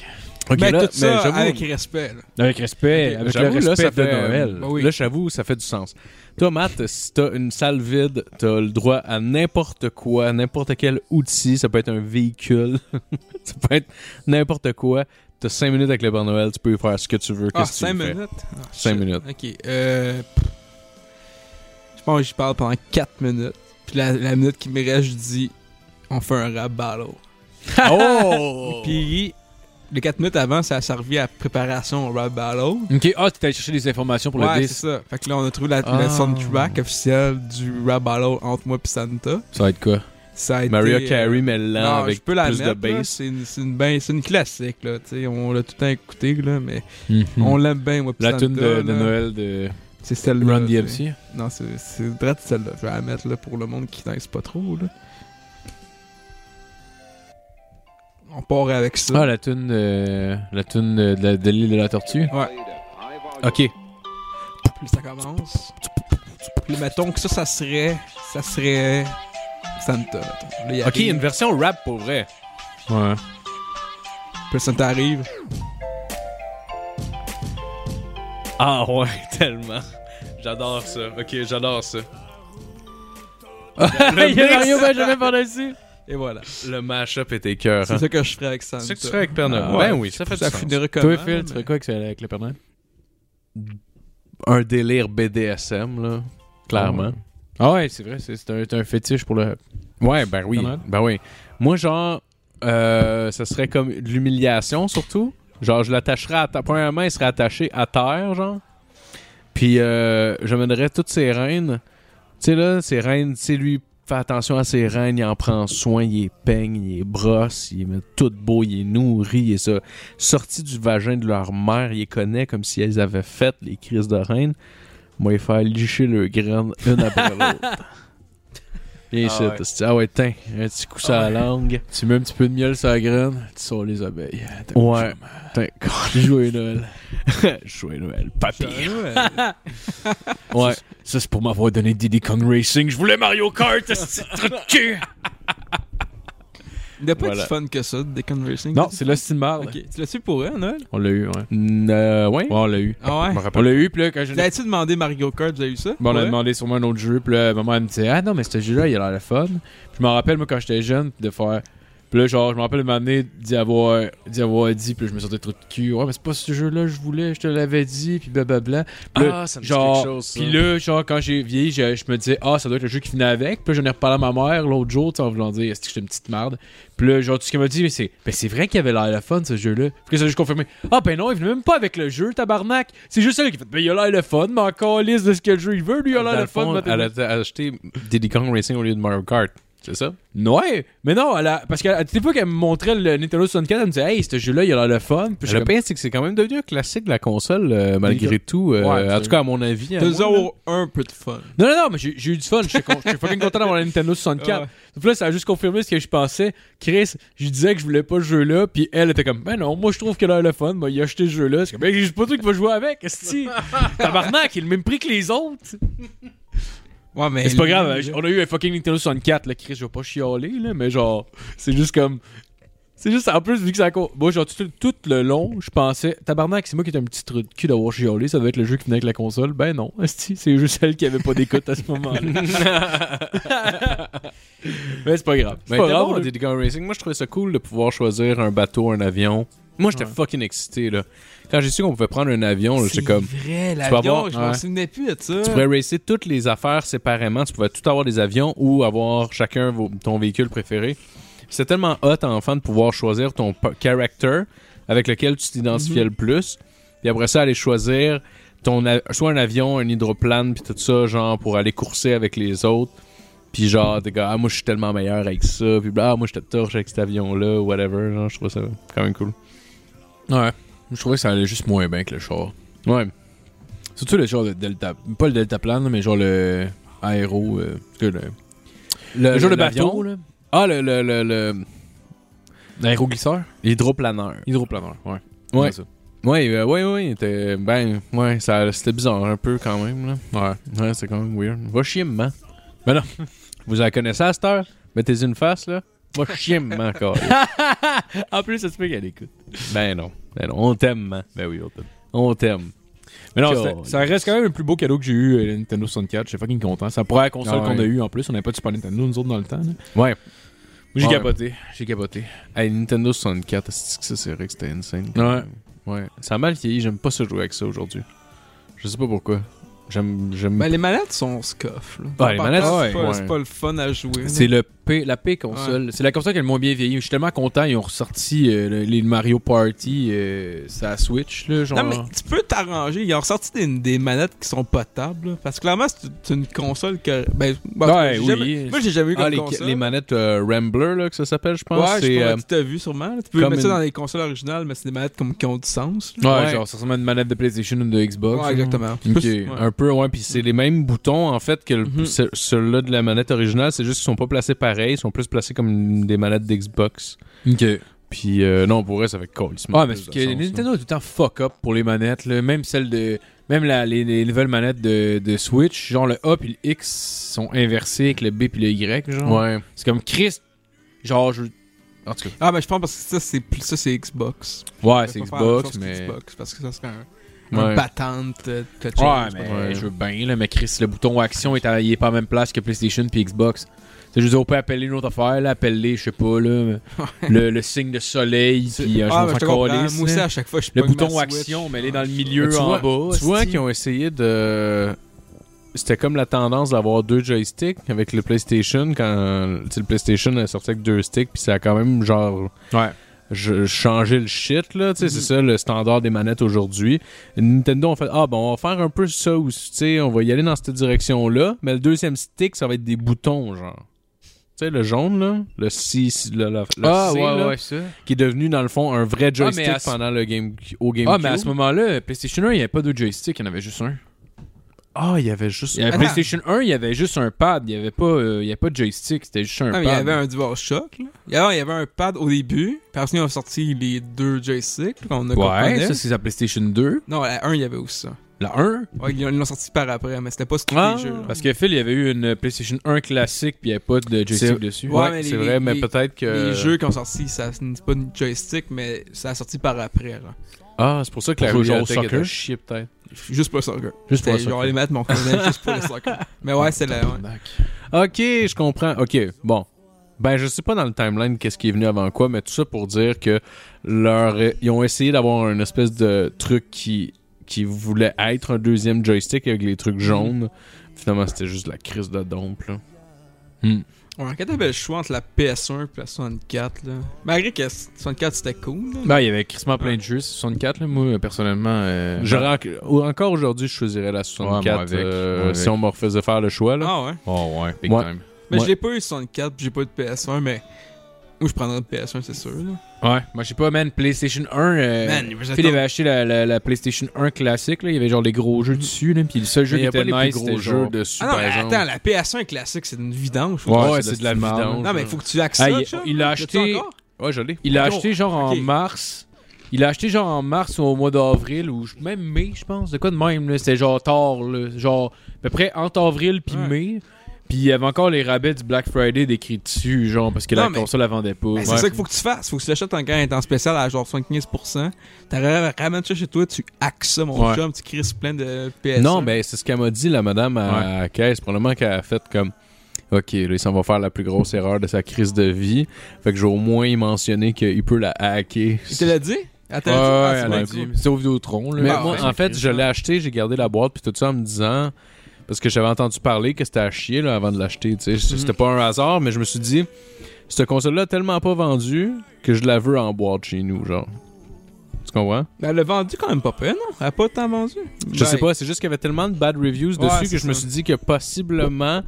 Ok, mais là, tout ça mais j'avoue- avec respect, là. Avec respect, Ok, avec le j'avoue, respect là, ça fait de Noël. Noël. Ben oui. Là, j'avoue, ça fait du sens. Toi, Matt, si t'as une salle vide, t'as le droit à n'importe quoi, n'importe quel outil. Ça peut être un véhicule, ça peut être n'importe quoi. T'as 5 minutes avec le Père Noël, tu peux faire ce que tu veux. Ah, Qu'est-ce que 5 tu fais? minutes? Ah, 5 shit. minutes. Ok, euh. pff. Je pense que j'y parle pendant 4 minutes. Puis la, la minute qui me reste, je dis, on fait un rap battle. Oh! Puis, les 4 minutes avant, ça a servi à préparation au rap battle. Ok, ah, t'es allé chercher des informations pour le ouais, c'est 10. ça. Fait que là, on a trouvé la, Ah. le soundtrack officiel du rap battle entre moi et Santa. Ça va être quoi? Ça a été, Maria euh, Carey, mais lent, non, avec je peux la plus mettre, de là. bass. C'est une, c'est une, ben- c'est une classique, là. tu sais, on l'a tout le temps écouté, là, mais Hmm. on l'aime bien, moi pis Mhm. La Santa, tune de, de euh, là. Noël de C'est celle-là. Run tu sais. DMC. Non, c'est c'est droit de celle-là. Je vais la mettre là, pour le monde qui t'inquiète pas trop. Là. On part avec ça. Ah, la tune de, la tune de, de- de l'île de la tortue. Ok. Ah. Puis ça commence. Puis mettons que ça, ça serait. Ça serait. Santa. mettons. Là, il Ok, arrive. une version rap pour vrai. Ouais. Puis Santa arrive. Ah ouais, tellement. J'adore ça. Ok, j'adore ça. Il y a Mario Benjamin par-dessus. Et voilà. Le mashup était cœur. C'est ça que je ferais avec Santa. C'est ça que tu ferais avec Père Noël. Ah, ben ouais. oui, ça fait Ça du sens. finirait comment, Toi, Phil, mais- tu fais quoi avec ça- avec le Père Noël? Un délire BDSM, là. Clairement. Ah ouais, c'est vrai, c'est c'est un, c'est un fétiche pour le. Ouais, ben oui. Père Noël? Ben oui. Moi, genre, euh, ça serait comme de l'humiliation, surtout. Genre, je l'attacherais à terre. Premièrement, il serait attaché à terre, genre. Puis, euh, je mènerais toutes ses reines. Tu sais, là, ses reines, tu sais, lui, fait attention à ses reines, il en prend soin, il les peigne, il les brosse, il les met tout beau, il les nourrit, il est ça. Sorti du vagin de leur mère, il les connaît comme si elles avaient fait les crises de reines. Moi, il faire licher le graine une après l'autre. Bien Ah sûr, ouais. c'est- Ah ouais, tiens, un petit coup sur la langue. Tu mets un petit peu de miel sur la graine, tu sors les abeilles. T'as Ouais. Tiens, Jouer Noël. Joyeux Noël, papy. Ouais. Ouais. Ça, c'est pour m'avoir donné Diddy Kong Racing. Je voulais Mario Kart, Il n'y a pas Voilà. de fun que ça, des conversing. Non, c'est l'hostie de marde. Ok. Tu l'as su pour eux, Noël? On l'a eu, ouais. Ouais, Mm, euh, ouais. on l'a eu. Ah ouais? On l'a eu, puis là, quand je. T'as-tu demandé Mario Kart, vous avez eu ça? Bon, on a Ouais. demandé sûrement un autre jeu, puis là, maman elle me disait Ah non, mais ce jeu-là, il a l'air le fun. Puis je m'en rappelle, moi, quand j'étais jeune, de faire. Puis là, genre, je me rappelle de m'amener d'y avoir, d'y avoir dit, puis là, je me sentais trop de cul. Ouais, mais c'est pas ce jeu-là que je voulais, je te l'avais dit, puis blablabla. Puis là, Ah, ça me dit genre, quelque chose, ça. Puis là, genre, quand j'ai vieilli, je, je me disais Ah, ça doit être le jeu qui venait avec. Puis là, j'en ai reparlé à ma mère l'autre jour, tu sais, en voulant dire Est-ce que j'étais une petite merde Puis là, genre, tout ce qu'elle m'a dit, mais c'est ben, c'est vrai qu'il avait l'air le fun, ce jeu-là. Puis là, ça a juste confirmé Ah, ben non, il venait même pas avec le jeu, tabarnak. C'est juste elle qui fait Ben, il a l'air le fun, mais encore liste de ce que le jeu il veut, lui, il a Dans l'air le le fond, fun. elle maintenant. a elle a acheté Diddy Kong Racing au lieu de Mario Kart. C'est ça? Ouais, mais non, elle a- parce qu'à toute époque, elle me montrait le Nintendo 64, elle me disait, hey, ce jeu-là, il a l'air le fun. Puis je le suis comme, pire, c'est que c'est quand même devenu un classique de la console, euh, malgré tout. euh, Ouais, en c'est- tout cas, à mon avis. à moi, là. 2h01, peu de fun. non, non, non, mais j'ai j'ai eu du fun, j'étais con- j'étais fucking content d'avoir la Nintendo 64. Ouais. Puis là, ça a juste confirmé ce que je pensais. Chris, je lui disais que je voulais pas ce jeu-là, puis elle était comme, ben non, moi je trouve qu'elle a l'air le fun, ben il a acheté ce jeu-là. C'est comme, ben j'ai pas truc qu'il va jouer avec, esti. Tabarnak, il a le même prix que les autres. Ouais, mais. Mais c'est pas lui, grave, là- hein, on a eu un fucking Nintendo 64, là, Chris, je vais pas chialer, là, mais genre, c'est juste comme. C'est juste, en plus, vu que ça. co- Moi, genre, tout, tout le long, je pensais, tabarnak, c'est moi qui étais un petit trou de cul d'avoir chialé, ça devait être le jeu qui venait avec la console. Ben non, esti, c'est juste celle qui avait pas d'écoute à ce moment-là. mais c'est pas grave. C'est Mais pas d'abord, grave. là. Diddy Kong Racing, moi je trouvais ça cool de pouvoir choisir un bateau, un avion. Moi j'étais Ouais. fucking excité là. Quand j'ai su qu'on pouvait prendre un avion, là, C'est j'étais comme. vrai, peux avoir- l'avion, je m'en ouais. souvenais plus de ça. Tu pouvais racer toutes les affaires séparément, tu pouvais tout avoir des avions ou avoir chacun vos- ton véhicule préféré. C'était tellement hot enfant de pouvoir choisir ton pa- character avec lequel tu t'identifiais le plus. Puis après ça, aller choisir ton a- soit un avion, un hydroplane, puis tout ça, genre pour aller courser avec les autres. Puis genre, t'es comme, ah, moi je suis tellement meilleur avec ça. Puis ah, moi je te torche avec cet avion-là, whatever. Genre, je trouve ça quand même cool. Ouais. Je trouvais que ça allait juste moins bien que le char. Ouais. Surtout le genre de Delta. Pas le Delta Plan, mais genre le. Aéro. euh, parce que le, le genre de euh, l'avion. bateau, là. Ah, le, le, le, le- L'aéroglisseur. l'hydroplaneur. Hydroplaneur, ouais. Ouais. Ouais, euh, ouais, ouais, t'es- ben, ouais, ça, c'était bizarre un peu quand même, là. Ouais. Ouais, c'est quand même weird. Va chier, maman. Ben non. Vous la connaissez à cette heure? Mettez une face, là. Va chier, maman, encore. En plus, ça se fait qu'elle écoute. ben non. Ben non, on t'aime, maman. Ben oui, on t'aime. On t'aime. hein. Mais non, Cool. c'est- ça reste quand même le plus beau cadeau que j'ai eu, euh, la Nintendo 64. J'étais fucking content. C'est la première console Ah ouais. qu'on a eue en plus. On n'avait pas de Super Nintendo, nous autres, dans le temps. là. Moi, Ouais. J'ai Ouais. capoté. J'ai capoté. Hey, Nintendo 64, c'est que ça, c'est vrai que c'était insane. Ouais. Ouais. Ça a mal vieilli, j'aime pas ça jouer avec ça aujourd'hui. Je sais pas pourquoi. J'aime, j'aime... Ben, les manettes sont scoff. Là. Ouais, les Par manettes, contre, ouais, c'est pas, ouais. c'est pas le fun à jouer. C'est le P, la P console. C'est la console qui a le moins bien vieilli. Je suis tellement content. Ils ont ressorti euh, le- les Mario Party, euh, ça Switch, là, genre. Non, mais tu peux t'arranger. Ils ont ressorti des, des manettes qui sont potables. là. Parce que clairement, c'est c'est une console que. Ben, bon, Ouais, j'ai oui. jamais- moi, j'ai jamais eu comme Ah, les, console. les manettes euh, Rambler, là, que ça s'appelle, je pense. Ouais, je c'est, sais euh, pas, tu t'as vu sûrement. là. Tu peux comme mettre ça une- dans les consoles originales, mais c'est des manettes comme qui ont du sens. là. Ouais, euh, ouais. genre, ça ressemble à une manette de PlayStation ou de Xbox. Ouais, là. exactement. Ok. Plus- ouais. Un peu, ouais. Puis c'est les mêmes boutons, en fait, que le- Mhm. ce- ceux-là de la manette originale. C'est juste qu'ils sont pas placés pareil. Ils sont plus placés comme une- des manettes d'Xbox. Ok. Puis euh, non, pour vrai, ça fait cool. Ah, mais c'est parce que Nintendo est tout le temps fuck up pour les manettes, là. même celles de. Même la- les, les nouvelles manettes de, de Switch, genre le A puis le X sont inversés avec le B puis le Y, genre. Ouais. C'est comme Christ. Genre, je. En tout cas. Ah, mais je pense parce que ça, c'est plus- ça, c'est Xbox. Ouais, Je c'est peux pas faire la même Xbox, chose que mais. Ah, Xbox, parce que ça serait un, Ouais. un patente. euh, quelque chose, Ouais, je sais mais pas. Ouais. je veux bien, là. Mais Chris, le bouton action est, à- il est pas à la même place que PlayStation puis Xbox. C'est juste, on peut appeler une autre affaire, là. Appeler, je sais pas, là. le, le signe de soleil, puis euh, je Ah, m'en mais je te fous comprends. encore lisse, Moi aussi, là. à chaque fois, je Le pogne ma bouton Switch. action, mais elle est dans le Ouais, milieu tu en vois, bas. tu vois hostie. qu'ils ont essayé de. C'était comme la tendance d'avoir deux joysticks avec le PlayStation quand tu sais, le PlayStation est sorti avec deux sticks puis ça a quand même genre Ouais. je- changé le shit là, tu sais Mm-hmm. c'est ça le standard des manettes aujourd'hui. Nintendo on fait ah ben on va faire un peu ça aussi, tu sais on va y aller dans cette direction là, mais le deuxième stick ça va être des boutons genre. Tu sais le jaune là, le C, le, le- le Ah, C, ouais, là, ouais, ça. Ah, qui est devenu dans le fond un vrai mais à joystick ce- pendant le game au GameCube. Ah, mais à ce moment-là, PlayStation 1, il n'y avait pas de joystick, il y en avait juste un. Ah, il y avait juste Il y avait Attends. PlayStation 1, il y avait juste un pad, il n'y avait, pas, euh, il y avait pas de joystick, c'était juste un Ah, mais pad. il y avait un DualShock. Là. Il, y avait, il y avait un pad au début. Puis après, ils ont sorti les deux joysticks là, qu'on a Ouais, comprenait. ça c'est la PlayStation 2, Non, la 1, il y avait aussi ça. la 1. Ouais, ils l'ont- ils l'ont sorti par après, mais c'était pas sur tous Ah, les jeux. là. parce que Phil, il y avait eu une PlayStation 1 classique, puis il n'y avait pas de C'est- joystick dessus. Ouais, Ouais, mais c'est les- vrai, les- mais les- peut-être que. Les jeux qui ont sorti, ça c'est pas une joystick, mais ça a sorti par après. Là. Ah, c'est pour ça que la Pour jouer au bibliothèque soccer. était chier, peut-être. Juste pour le soccer. Juste pour C'était ça. genre les maths, mon connaît juste pour le soccer. Mais ouais, c'est la. ouais. Tabarnak. Ok, je comprends. Ok, bon. Ben, je sais pas dans le timeline qu'est-ce qui est venu avant quoi, mais tout ça pour dire que leur... ils ont essayé d'avoir une espèce de truc qui, qui voulait être un deuxième joystick avec les trucs jaunes. Finalement, c'était juste la crise de dompe, là. Ouais, quand t'avais le choix entre la PS1 et la 64, là. Malgré que la 64 c'était cool, là. Ben, il y avait crissement plein de jeux, 64, là, moi, personnellement. euh, J'aurais enc- ou encore aujourd'hui, je choisirais la 64 Ouais, moi avec, euh, moi avec. si on me refaisait faire le choix, là. Ah ouais. Oh, ouais, big Ouais. time. Mais Ouais. j'ai pas eu 64, puis j'ai pas eu de PS1, mais. Ou je prendrais de PS1, c'est sûr. Là. Ouais, Ah. moi je sais pas, man, PlayStation 1. Euh, Man, j'attends- Phil avait acheté la, la- la PlayStation 1 classique, là. il y avait genre les gros jeux dessus, là, puis le seul jeu Mais qui y a pas était les plus nice, gros c'était jeux genre... dessus, Ah non, par mais exemple. attends, la PS1 classique, c'est une vidange. faut- Ouais, Ouais, c'est c'est de la de la merde. non, mais faut que tu axes Ah, ça, il- chum. il l'a L'as-tu acheté- encore? Ouais, je l'ai. Il l'a Yo, acheté genre ok. en mars. Il l'a acheté genre en mars ou au mois d'avril ou je- même mai, je pense. De quoi de même, là. C'était genre tard, là. Genre à peu près entre avril puis Ouais. mai. Puis il y avait encore les rabais du Black Friday décrits dessus, genre, parce que Non, la mais- console la vendait pas. Ben, c'est Ouais. ça qu'il faut que tu fasses. Faut que tu l'achètes en gain en spécial à genre 75%. T'arrives ramènes ça chez toi, tu axes ça, mon Ouais. chum, tu crises plein de PS1. Non, ben c'est ce qu'elle m'a dit, la madame à à la caisse. Probablement qu'elle a fait comme. Ok, là, il s'en va faire la plus grosse erreur de sa crise de vie. Fait que j'ai au moins mentionné qu'il peut la hacker. Il te l'a dit? Attends, Ouais, ah, ouais, tu elle l'as a dit. dit. Sauf Vidéotron, là. Mais Ah, moi, ouais. en fait, je l'ai acheté, j'ai gardé la boîte, puis tout ça en me disant. Parce que j'avais entendu parler que c'était à chier là, avant de l'acheter. tu sais. C- Mhm. C'était pas un hasard, mais je me suis dit, cette console-là a tellement pas vendue que je la veux en boîte chez nous, genre. Tu comprends? Ben, elle a vendu quand même pas peu, non? Elle a pas tant vendu. Ben, Je Ben, sais pas, c'est juste qu'il y avait tellement de bad reviews Ouais, dessus c'est que je me ça. suis dit que possiblement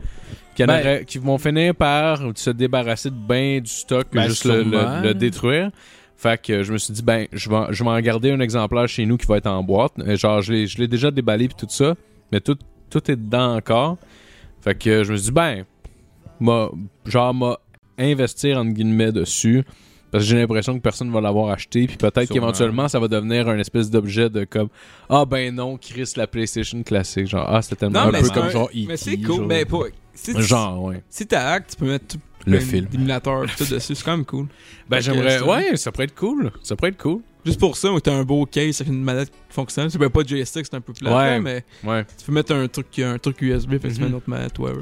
qu'il y en Ben- aurait- qu'ils vont finir par se débarrasser de bien du stock, Ben, juste le, le- sûrement. le détruire. Fait que je me suis dit, ben, je vais, je vais en garder un exemplaire chez nous qui va être en boîte. Euh, Genre, je l'ai- je l'ai déjà déballé puis tout ça, mais tout, tout est dedans encore. Fait que je me suis dit, ben, m'a- genre, m'a investir entre guillemets dessus. Parce que j'ai l'impression que personne va l'avoir acheté, puis peut-être Sûrement. qu'éventuellement ça va devenir un espèce d'objet de comme ah ben non, Chris la PlayStation classique, genre ah c'était tellement Non, un mais peu c'est comme un- genre Mais E.T., c'est cool. genre. Ben, pas. Si, genre ouais. si t'as hack, tu peux mettre tout Le plein film. d'émulateurs, tout dessus. C'est quand même cool. Fait Ben que j'aimerais ça- ouais, ça pourrait être cool, ça pourrait être cool. Juste pour ça, t'as un beau case avec une manette qui fonctionne. C'est ben pas de joystick, c'est un peu plat, Ouais. là, mais Ouais. tu peux mettre un truc, un truc USB, fait que tu mets Mhm. une autre manette, whatever.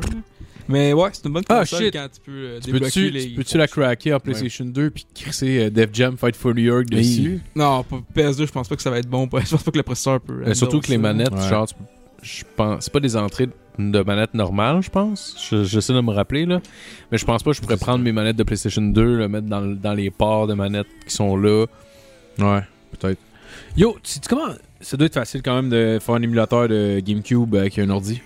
Mais ouais, c'est une bonne Ah, console shit. quand tu peux euh, Tu débloquer peux-tu les... tu peux-tu la cracker en PlayStation 2 puis crisser euh, Def Jam Fight for New York Oui. dessus? Non, pour PS2, je pense pas que ça va être bon. Je pense pas que le processeur peut... Euh, surtout handle que les ça. manettes Ouais. genre tu- je pense c'est pas des entrées de manettes normales, je pense. Je- J'essaie de me rappeler là, mais je pense pas que je pourrais prendre mes manettes de PlayStation 2, le mettre dans, le- dans les ports de manettes qui sont là. Ouais, peut-être. Yo, tu sais comment ça doit être facile quand même de faire un émulateur de GameCube avec un ordi?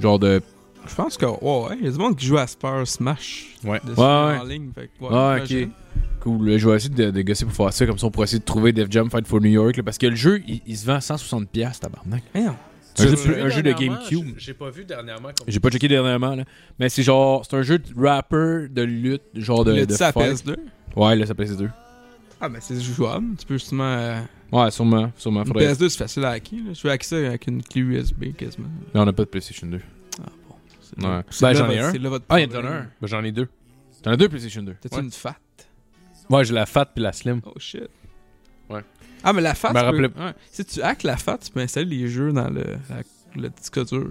Genre de Je pense que... Ouais, ouais. Il y a du monde qui joue à Spurs Smash. Ouais. dessus, Ouais, ouais. En ligne, fait que, ouais, Ah, ok. j'imagine. Cool, je vais essayer de, de gosser pour faire ça, comme ça on pourrait essayer de trouver Def Jam Fight for New York, là, parce que le jeu, il, il se vend à 160$, tabarnak. Eh non. Un jeu, Tu l'as vu un jeu de dernièrement? GameCube. J'ai j'ai pas vu dernièrement comme J'ai pas checké dernièrement, là. Mais c'est genre, c'est un jeu de rapper, de lutte, genre de. Il a de dit ça à fight. PS2. Ouais, là, ça PS2. Ah, ben c'est jouable. Tu peux justement... euh, Ouais, sûrement, sûrement. Une faudrait- PS2, c'est facile à hacker. là. Je peux hacker ça avec une clé USB quasiment. Non, on a pas de PlayStation 2. Ah bon. c'est- Ouais. c'est Ben, là j'en ai votre- un. C'est là votre Ah, il y en a problème. un. Ben, j'en ai deux. T'en as deux PlayStation 2. T'as-tu Ouais. une fat? Ouais, j'ai la fat puis la slim. Oh shit. Ouais. Ah, mais la fat. Je me tu peux- rappelais- ouais. Si tu hackes la fat, tu peux installer les jeux dans le, la- le disque dur.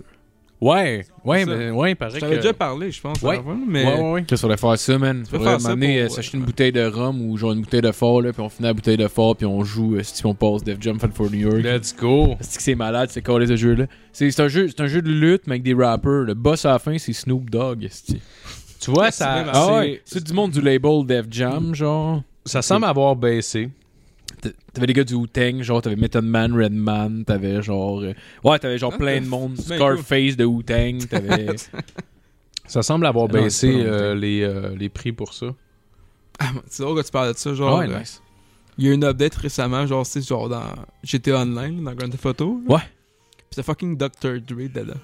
Ouais, ouais, C'est ça. mais ouais, il paraît Je que- t'avais déjà parlé, je pense. Ouais. avant, mais Ouais, ouais, ouais. Qu'est-ce qu'on faudrait faire ça, man? peux Faudrait faire ça m'amener pour- euh, s'acheter ouais. une bouteille de rhum ou genre une bouteille de fort, là, puis on finit la bouteille de fort, puis on joue, euh, si on passe Def Jam Fight for New York. Let's go. C'est que c'est malade, c'est collé ce jeu-là. C'est c'est un, jeu, c'est un jeu de lutte, mais avec des rappers. Le boss à la fin, c'est Snoop Dogg. esti. Tu vois, C'est ça, vrai, Ah c'est- ouais, c'est du monde du label Def Jam, genre. ça semble avoir baissé. T- T'avais des gars du Wu-Tang, genre t'avais Method Man, Redman, t'avais genre. euh, Ouais, t'avais genre Ah, plein t'as- de monde. c'est bien Scarface de Wu-Tang, t'avais. Ça semble avoir Non, c'est baissé pas longtemps. euh, les, euh, les prix pour ça. Ah, mais c'est drôle que tu parles de ça. Genre, ouais, euh, nice. il y a eu une update récemment, genre, c'est genre dans GTA Online, dans Grand Theft Auto. Ouais. Pis c'est fucking Dr. Dre dedans.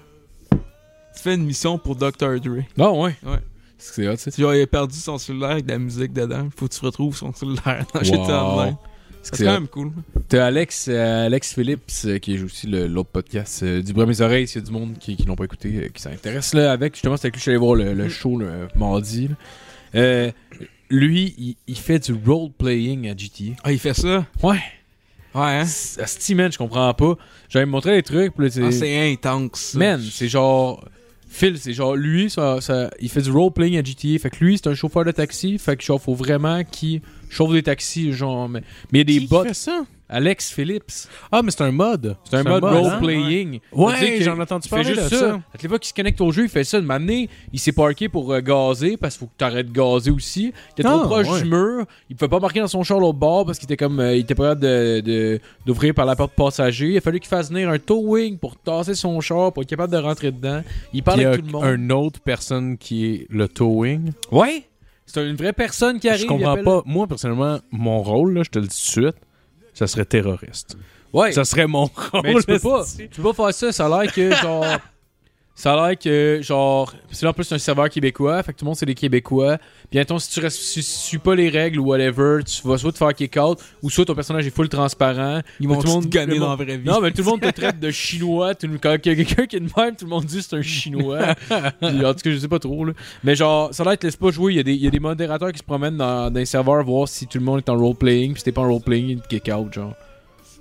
Tu fais une mission pour Dr. Dre. Non, ouais. Ouais. C'est que c'est hot, ça. Tu vois, il a perdu son cellulaire avec de la musique dedans. Faut que tu retrouves son cellulaire dans Wow. GTA Online. C'est que C'est c'est quand hot. même cool. T'as Alex, euh, Alex Phillips euh, qui joue aussi le- l'autre podcast euh, du bras à mes oreilles. S'il y a du monde qui, qui l'ont pas écouté, euh, qui s'intéresse là avec, justement, c'est avec lui que je suis allé voir le, le show le mardi. là. Euh, lui, il, il fait du role-playing à GTA. Ah, il fait ça? Ouais. Ouais, hein? C'est- À Steam, man, je comprends pas. J'avais montré les trucs. puis là, Ah, c'est- c'est intense. ça. man, c'est genre. Phil, c'est genre lui, ça, ça- il fait du role-playing à GTA. Fait que lui, c'est un chauffeur de taxi. Fait que genre, faut vraiment qu'il chauffe des taxis. Genre, mais, mais il y a des bots. ça? Alex Phillips. Ah, mais c'est un mode. C'est un mode hein? role-playing. Ouais, C'est-à-dire que j'en ai entendu Tu fais parler juste de ça. ça. À toutes les fois qu'il se connecte au jeu, il fait ça. De m'amener, il s'est parké pour euh, gazer parce qu'il faut que t'arrêtes de gazer aussi. Il était Ah, trop proche ouais. du mur. Il pouvait pas marquer dans son char l'autre bord parce qu'il était comme euh, il était pas capable de- de- d'ouvrir par la porte passager. Il a fallu qu'il fasse venir un towing pour tasser son char pour être capable de rentrer dedans. Il parle Il y a avec tout le monde. une autre personne qui est le towing. Ouais. C'est une vraie personne qui arrive. je il comprends appelle- pas. Moi, personnellement, mon rôle, là, je te le dis tout de suite, ça serait terroriste. Ouais. Ça serait mon rôle. Mais tu peux là, pas, c'est- tu peux pas faire ça. Ça a l'air que genre. Ça a l'air que genre. Parce que là, en plus, c'est un serveur québécois. Fait que tout le monde, c'est des Québécois. Puis attends, si tu res- si tu suis pas les règles ou whatever, tu vas soit te faire kick out ou soit ton personnage est full transparent. Ils Mais vont tout le tout monde- gagner le dans la monde- vraie vie. Non, mais tout le monde te traite de chinois. Tout le- Quand il y a quelqu'un qui est de même, tout le monde dit c'est un chinois. Puis, en tout cas, je sais pas trop. Là. Mais genre, ça a l'air que te laisse pas jouer. Il y, a des- il y a des modérateurs qui se promènent dans, dans les serveurs voir si tout le monde est en role-playing. Puis si t'es pas en role-playing, ils te kick out. Genre.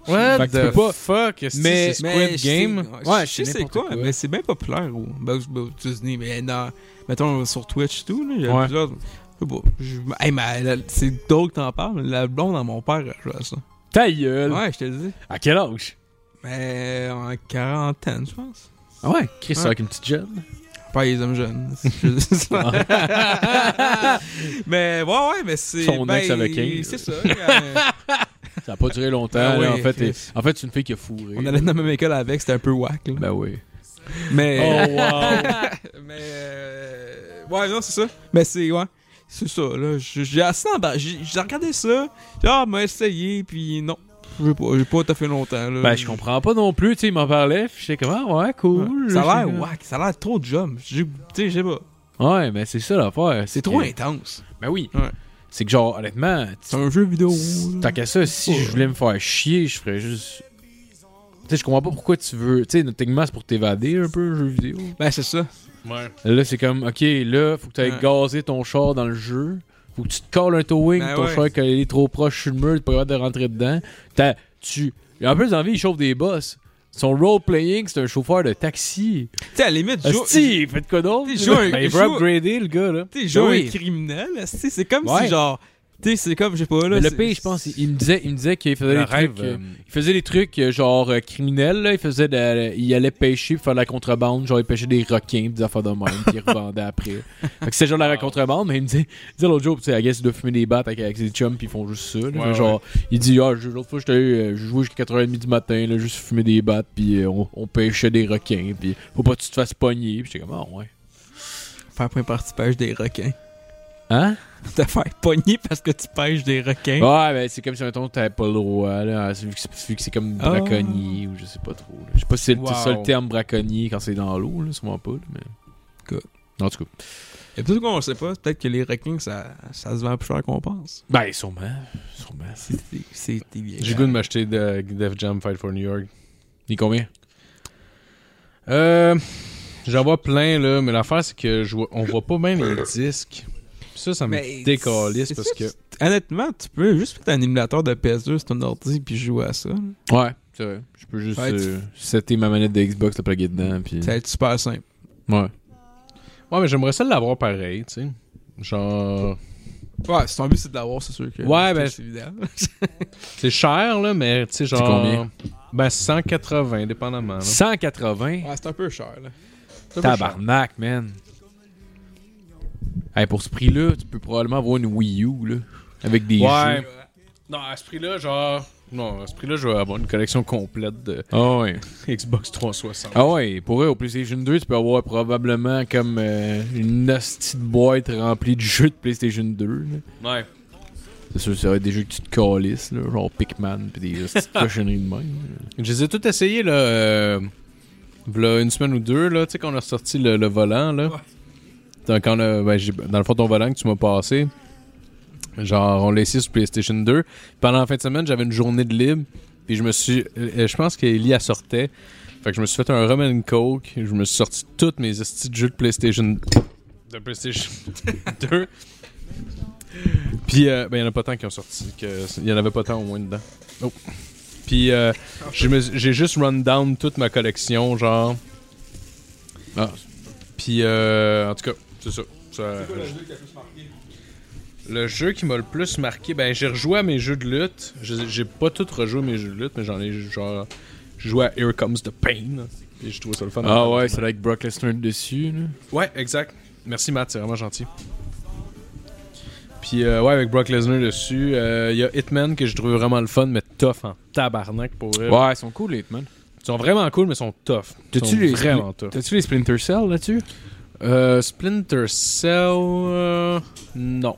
What Fait que tu the peux pas- fuck? est-ce que Mais- c'est Mais Squid je Game. sais- Ouais, je c'est sais c'est n'importe quoi, quoi. mais c'est bien populaire au- ben, aux aux États-Unis, mais dans, mettons sur Twitch et tout, là, il y a Ouais. plusieurs. Je sais pas. Je- hey, mais la- c'est d'autres que t'en parles, mais la blonde à mon père, je vois ça. Ta gueule. Ouais, je te le dis. À quel âge? Mais en quarantaine, je pense. Ah ouais, Chris, Ouais. avec une petite jeune. Pas les hommes jeunes. c'est juste ça. mais ouais, ouais, mais c'est. Son ben, ex avait 15. C'est ça. euh, quand- Ça a pas duré longtemps. Ben là, oui, en, fait, Chris. et- en fait, c'est une fille qui a fourré. on allait dans la même école avec, c'était un peu whack. Là. Ben oui. Mais. Oh, wow. Mais euh, ouais, non, c'est ça. Mais c'est ouais, c'est ça là. J'ai j'ai assez embar- j'ai j'ai regardé ça. j'ai dit, Ah, m'a essayé puis non, je veux pas, j'ai pas tout fait longtemps là. ben, je comprends pas non plus. Tu sais, il m'en parlait. puis J'étais comme, ah ouais, cool. Ça a l'air Je sais whack, ça a l'air trop de job. Tu sais, je sais pas. pas. Ouais, mais c'est ça l'affaire. C'est trop que- intense. Ben oui. Ouais. C'est que, genre, honnêtement, tu- C'est un jeu vidéo. tant qu'à ça, si Ouais. je voulais me faire chier, je ferais juste. Tu sais, je comprends pas pourquoi tu veux. Tu sais, techniquement, c'est pour t'évader un peu, le jeu vidéo. Ben c'est ça. Là, c'est comme, ok, là, faut que t'ailles Ouais. gazer ton char dans le jeu. Faut que tu te colles un towing, Ben ton ouais. char qu'il est trop proche sur le mur, t'es pas capable de rentrer dedans. T'as- tu... Et en plus, dans la vie, il chauffe des boss. Son role-playing, c'est un chauffeur de taxi. Tu sais à la limite joue Asti, faites quoi d'autre? T'sais, joue un- Ben, il joue- veut upgrader, le gars, là. tu sais, joue Ben un oui. criminel, là, c'est c'est comme Ouais. si genre tu sais, c'est comme je sais pas là. Mais le c'est- pire, je pense, il il me disait, il me disait qu'il faisait des Le rêve, trucs... euh, euh, Il faisait des trucs euh, genre euh, criminels, là. il faisait de- il allait pêcher pour faire de la contrebande, genre il pêchait des requins, pis des affaires de même, puis il revendait après. Fait que c'est genre de la contrebande, mais il me disait, il disait l'autre jour, tu sais, I guess il doit fumer des battes avec, avec ses chums, puis ils font juste ça. là. Ouais, genre, il dit, ah, je- l'autre fois, j'étais, euh, je jouais jusqu'à 4h30 du matin, là, juste fumer des battes, puis euh, on, on pêchait des requins, puis faut pas que tu te fasses pogner, puis j'étais comme, ah ouais. faire point partie pêche des requins. Hein? Te faire pogner parce que tu pêches des requins. Ouais, mais c'est comme si, mettons, t'avais pas le droit, là, vu que c'est, vu que c'est comme Ah. braconnier, ou je sais pas trop. là. Je sais pas si c'est le- c'est ça Wow. le terme braconnier quand c'est dans l'eau, là, sûrement pas, là, mais. Good. En tout cas. Et peut-être qu'on le sait pas, peut-être que les requins, ça, ça se vend plus cher qu'on pense. Ben, sûrement. Sûrement. C'est- c'est- C'est bien. J'ai goût de m'acheter de Def Jam Fight for New York. Il est combien Euh, J'en vois plein, là, mais l'affaire, c'est que je vois- on voit pas bien les disques. Ça, ça me Mais décalisse c'est- parce que. Honnêtement, tu peux juste mettre un émulateur de PS2 sur ton ordi puis jouer à ça. là. Ouais, c'est vrai. Je peux juste Ouais, tu- euh, setter ma manette de Xbox, la plugger dedans, puis. Ça va être super simple. Ouais. Ouais, mais j'aimerais ça l'avoir pareil, tu sais. Genre. Ouais, si ton but c'est de l'avoir, c'est sûr que. Ouais, ben- C'est évident. C'est cher, là, mais tu sais, genre. combien? Ben, 180, dépendamment. là. 180 Ouais, c'est un peu cher, là. C'est un peu cher. Tabarnak, man. Hey, pour ce prix-là, tu peux probablement avoir une Wii U, là. Avec des Ouais. jeux. Non, à ce prix-là, genre. Non, à ce prix-là, je vais avoir une collection complète de Ah ouais. Xbox 360. Ah ouais, pour eux, au PlayStation 2, tu peux avoir probablement comme euh, une hostie de boîte remplie de jeux de PlayStation 2. là. Ouais. C'est sûr, ça va être des jeux que tu te calisses, là, genre Pikman, pis des hosties de cochonneries de même. Je les ai tous essayés, là. euh, v'là une semaine ou deux, là. Tu sais, quand on a sorti le, le volant, là. Donc, quand on a- ben, j'ai- dans le fond, ton volant que tu m'as passé. Genre, on l'a essayé sur PlayStation 2. Pendant la fin de semaine, j'avais une journée de libre. Puis je me suis. euh, Je pense qu'Eli elle sortait. Fait que je me suis fait un rum and coke. Je me suis sorti toutes mes estis de jeux de PlayStation. De PlayStation 2. Puis, euh, ben, il y en a pas tant qui ont sorti. que- Il y en avait pas tant au moins dedans. Oh. Puis, euh, je me- j'ai juste run down toute ma collection, genre. Ah. Puis, euh, en tout cas, c'est ça. Ça- Le jeu qui m'a le plus marqué, ben j'ai rejoué à mes jeux de lutte. Je- J'ai pas tout rejoué mes jeux de lutte, mais j'en ai genre. J'ai joué à Here Comes the Pain. Et je trouve ça le fun. Ah ouais, c'est avec Brock Lesnar dessus. là. Ouais, exact. Merci Matt, c'est vraiment gentil. Puis euh, ouais, avec Brock Lesnar dessus, il y a Hitman que je trouve vraiment le fun, mais tough en tabarnak pour eux. Ouais, ils sont cool, les Hitman. Ils sont vraiment cool, mais ils sont tough. Ils T'as-tu sont les- Vraiment tough. T'as-tu les Splinter Cell là-dessus Euh, Splinter Cell, euh, non.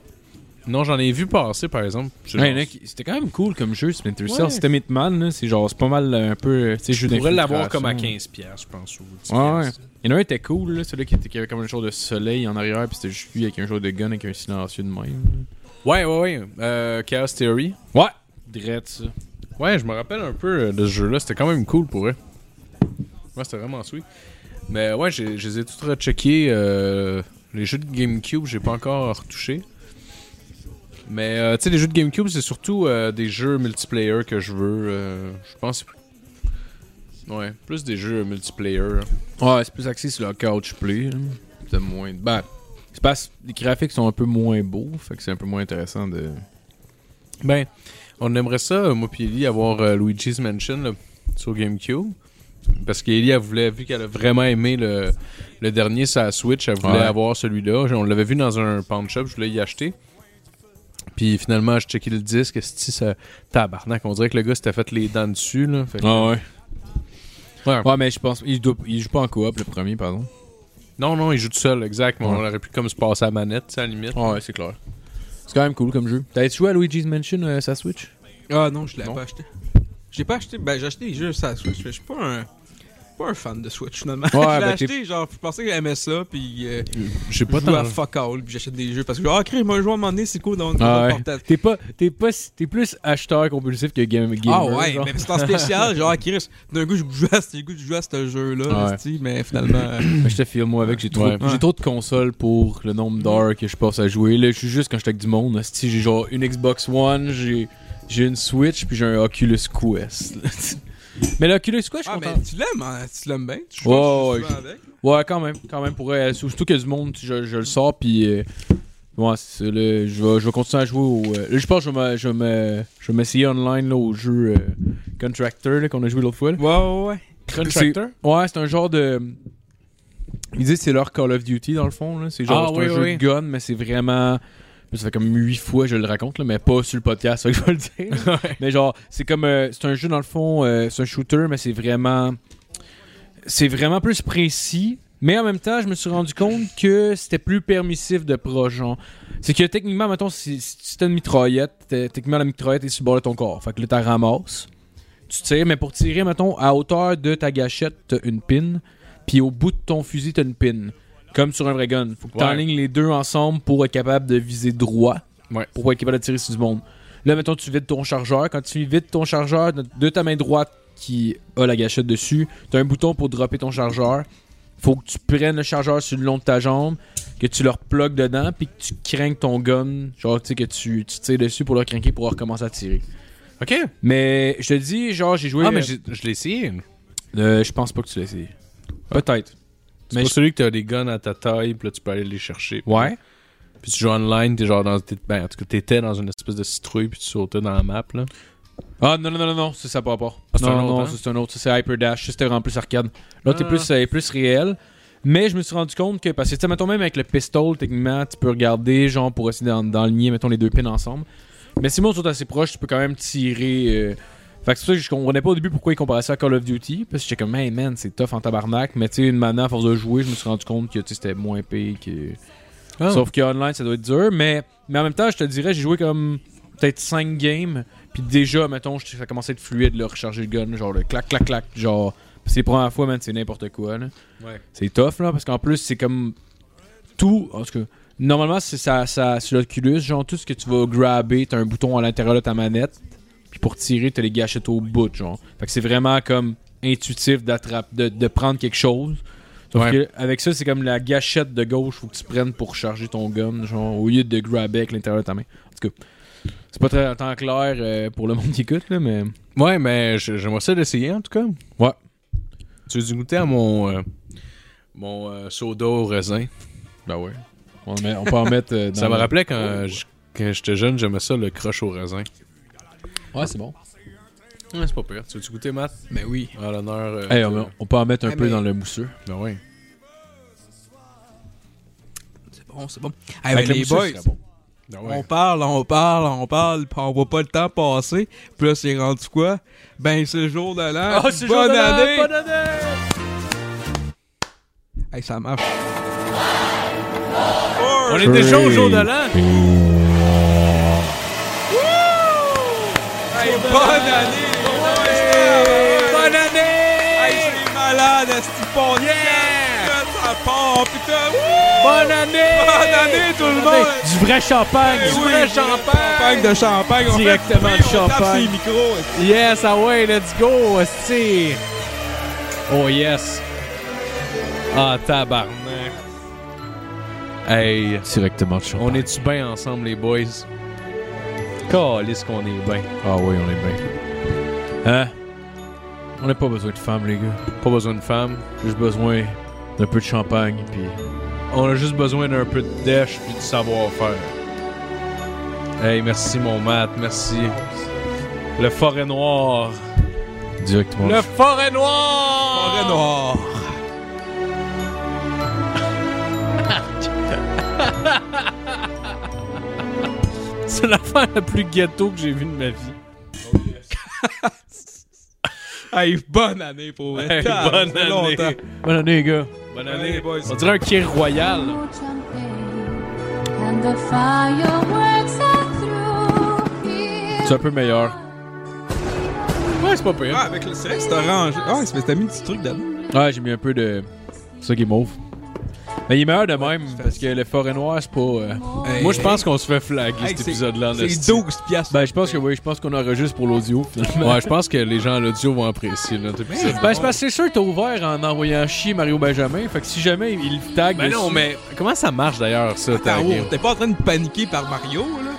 Non, j'en ai vu passer par exemple. Je- Ouais, il y en a qui- C'était quand même cool comme jeu, Splinter Cell. Ouais. C'était Hitman, là, c'est genre, c'est pas mal euh, un peu. euh, Tu sais, jeu Je pourrais l'avoir d'infiltration. comme à 15$, piastres, je pense. ou 10 Ouais, ouais. piastres. Il y en a un était cool, là, celui qui, était- qui avait comme un genre de soleil en arrière, puis c'était juste lui avec un genre de gun avec un silencieux de même. Ouais, ouais, ouais. Euh, Chaos Theory. Ouais, drette ça. Ouais, je me rappelle un peu euh, de ce jeu-là. C'était quand même cool pour eux. Ouais, c'était vraiment sweet. Mais ouais, j'ai- je les ai tous recheckés. euh, les jeux de GameCube, j'ai pas encore retouché. Mais euh, tu sais, les jeux de GameCube, c'est surtout euh, des jeux multiplayer que je veux. euh, je pense. que c'est- Ouais, plus des jeux multiplayer. hein. Ouais, c'est plus axé sur le couch play. là. C'est moins. Ben, c'est parce que les graphiques sont un peu moins beaux, fait que c'est un peu moins intéressant de. Ben, on aimerait ça, euh, moi puis Ellie, avoir euh, Luigi's Mansion là, sur GameCube. Parce qu'Ellie, elle voulait, vu qu'elle a vraiment aimé le, le dernier sur la Switch, elle voulait Ouais. avoir celui-là. On l'avait vu dans un pawn shop, je voulais y acheter. Puis finalement, j'ai checké le disque, si ça tabarnak, on dirait que le gars s'était fait les dents dessus. Là. Fait que- Ah ouais. Ouais. Ouais, mais je pense. Il, doit- il joue pas en coop le premier, pardon. Non, non, il joue tout seul, exact. Mais on Ouais. aurait pu comme se passer à la manette, tu sais, à la limite. Ah Ouais, c'est clair. C'est quand même cool comme jeu. T'avais-tu joué à Luigi's Mansion, euh, sa Switch Ah non, je l'ai Non. pas acheté. J'ai pas acheté. Ben, j'ai acheté des jeux sur la Switch, mais je suis pas un. pas un fan de Switch finalement. Ouais, je l'ai ben, acheté, genre, je pensais que j'aimais ça, puis euh, J'ai je pas joue tant. à fuck all, puis j'achète des jeux parce que, ah, crée, moi, je joue à un moment donné, c'est cool dans Ah dans le ouais. portable. T'es pas, t'es pas, t'es plus acheteur compulsif que game, gamer. Ah ouais, genre. mais c'est en spécial, genre, ah, Chris, d'un coup, je joue à, ce- d'un coup, je joue à ce jeu-là, Ouais. esti, mais finalement. euh, Ben, je te filme moi avec, j'ai trop, Ouais. j'ai trop de consoles pour le nombre d'heures que je passe à jouer. Là, je suis juste quand j'étais avec du monde. Si j'ai genre une Xbox One, j'ai, j'ai une Switch, puis j'ai un Oculus Quest. là. mais l'Oculus Quest, je suis Ah, content. mais tu l'aimes, hein, tu l'aimes bien, tu joues Ouais, souvent ouais, je- avec. Ouais, quand même, quand même. Pour, euh, surtout que du monde, je, je le sors, puis. euh, ouais, c'est ça, là, je, vais, je vais continuer à jouer au. euh, là, je pense que je vais, me- je vais, me- je vais m'essayer online là, au jeu euh, Contractor là, qu'on a joué l'autre fois. là. Ouais, ouais, ouais. Contractor? C'est- Ouais, c'est un genre de. Ils disent que c'est leur Call of Duty dans le fond. là. C'est genre Ah, c'est oui, un jeu oui. de gun, mais c'est vraiment. Ça fait comme huit fois que je le raconte, là, mais pas sur le podcast, ça que je vais le dire. mais genre, c'est comme. euh, c'est un jeu dans le fond, euh, c'est un shooter, mais c'est vraiment. C'est vraiment plus précis. Mais en même temps, je me suis rendu compte que c'était plus permissif de pro, genre. C'est que techniquement, mettons, si, si tu t'as une mitraillette, t'es- techniquement la mitraillette est sur le bord de ton corps. Fait que là, t'as ramasses. Tu tires, mais pour tirer, mettons, à hauteur de ta gâchette, t'as une pin. Puis au bout de ton fusil, t'as une pin. Comme sur un vrai gun. Faut que Ouais. t'enlignes les deux ensemble pour être capable de viser droit. Ouais. Pour être capable de tirer sur du monde. Là, mettons, tu vides ton chargeur. Quand tu vides ton chargeur de- de ta main droite qui a la gâchette dessus, t'as un bouton pour dropper ton chargeur. Faut que tu prennes le chargeur sur le long de ta jambe, que tu le replugues dedans, puis que tu craignes ton gun, genre, tu sais, que tu, tu tires dessus pour le craquer pour recommencer à tirer. Ok. Mais je te dis, genre, j'ai joué. Ah, mais euh, j'ai- je l'ai essayé. euh, je pense pas que tu l'as essayé. Peut-être. C'est Mais pas je- celui que t'as des guns à ta taille, puis là tu peux aller les chercher. Ouais. Puis tu joues online, t'es genre dans. t'es- ben, en tout cas, t'étais dans une espèce de citrouille, puis tu sautais dans la map, là. Ah, non, non, non, non, non, ça, ça n'a pas rapport. Ah, c'est non, un non, autre, ça, hein? c'est un autre. Ça, c'est Hyper Dash. Ça, C'était en plus arcade. L'autre est Ah. plus, euh, est plus réel. Mais je me suis rendu compte que, parce que, tu sais, mettons, même avec le pistol, techniquement, tu peux regarder, genre, pour essayer d'en- d'enligner, mettons, les deux pins ensemble. Mais si mon sont assez proche, tu peux quand même tirer. euh, Fait que c'est pour ça que je comprenais pas au début pourquoi ils comparaient ça à Call of Duty. Parce que j'étais comme, hey man, c'est tough en tabarnak. Mais tu sais, une manière, à force de jouer, je me suis rendu compte que tu sais, c'était moins pire que. Ah. Sauf que online, ça doit être dur. Mais, mais en même temps, je te dirais, j'ai joué comme peut-être 5 games. Puis déjà, mettons, je- ça commençait à être fluide, là, recharger le gun, genre le clac, clac, clac. Genre, c'est la première fois, man, c'est n'importe quoi, là. Ouais. C'est tough, là, parce qu'en plus, c'est comme tout. En tout cas, normalement, c'est ça, ça, sur l'Oculus, genre tout ce que tu vas grabber, t'as un bouton à l'intérieur de ta manette. Puis pour tirer, t'as les gâchettes au bout, genre. Fait que c'est vraiment comme intuitif d'attraper, de, de prendre quelque chose. Sauf Ouais. que avec ça, c'est comme la gâchette de gauche, faut que tu prennes pour charger ton gun, genre, au lieu de grabber avec l'intérieur de ta main. En tout cas, c'est pas très en temps clair euh, pour le monde qui écoute, là, mais. Ouais, mais je- j'aimerais ça l'essayer, en tout cas. Ouais. Tu veux du goûter à mon. euh, mon euh, soda au raisin. Ben ouais. On, met- on peut en mettre. euh, dans ça me le- rappelait quand, euh, je- Quand j'étais jeune, j'aimais ça, le croche au raisin. Ouais, c'est bon. Ouais, c'est pas pire. Tu veux-tu goûter, Matt? Mais oui. À l'honneur. euh, Hey, de- on, on peut en mettre un Ah, peu mais- dans le mousseux. Ben oui. C'est bon, c'est bon. Hey, mais Avec le les mousseux, boys, ce serait bon. Ben on ouais. parle, on parle, on parle, pis on voit pas le temps passer. Puis là, c'est rendu quoi? Ben, c'est le jour de l'an. Ah, c'est le jour de l'an, bonne Hey, ça marche. On est déjà au jour de l'an! Hey, bonne année! les boys! Bonne année! Hey, c'est malade, c'est bon! Yeah! Ça part, putain! Wouh! Bonne année! Bonne année, tout le monde! Du vrai champagne! Hey, du oui, vrai du champagne! de champagne, on Directement fait de couper, on tape champagne. sur les micros. Yes, ah ouais, let's go, hostie! Oh yes! Ah, tabarnak! Hey, Directement de on champagne. est-tu bien ensemble, les boys? calisse qu'on est bien. Ah oui, on est bien. Hein? On n'a pas besoin de femmes, les gars. Pas besoin de femme. Juste besoin d'un peu de champagne, puis... On a juste besoin d'un peu de dèche puis de savoir-faire. Hey, merci, mon Matt. Merci. Le forêt noir. Directement Le forêt noir! Forêt noire. C'est l'affaire la plus ghetto que j'ai vue de ma vie. Hey, bonne année pour vous. Hey, bonne année. Bonne année, les gars! Bonne année, année. les boys. On dirait un kir royal. And the fireworks are through here. C'est un peu meilleur. Ouais, c'est pas Ah, pire. avec le c'est vrai que c'est orange. Ah, c'est parce que t'as mis du truc dedans. Ouais, j'ai mis un peu de... C'est ça qui est mauve. Mais il est meilleur de même, parce que le forêt noir, c'est pas... euh, Hey, Moi, je pense qu'on se fait flaguer hey, cet c'est- épisode-là. en C'est esti. 12 piastres. Ben, je pense que oui, je pense qu'on enregistre pour l'audio, finalement. Ouais, je pense que les gens à l'audio vont apprécier notre épisode. Ben, c'est parce que c'est sûr que t'as ouvert en envoyant chier Mario Benjamin. Fait que si jamais il le tag. Ben non, dessus- mais comment ça marche d'ailleurs, ça, Attends, taguer? oh, T'es pas en train de paniquer par Mario, là?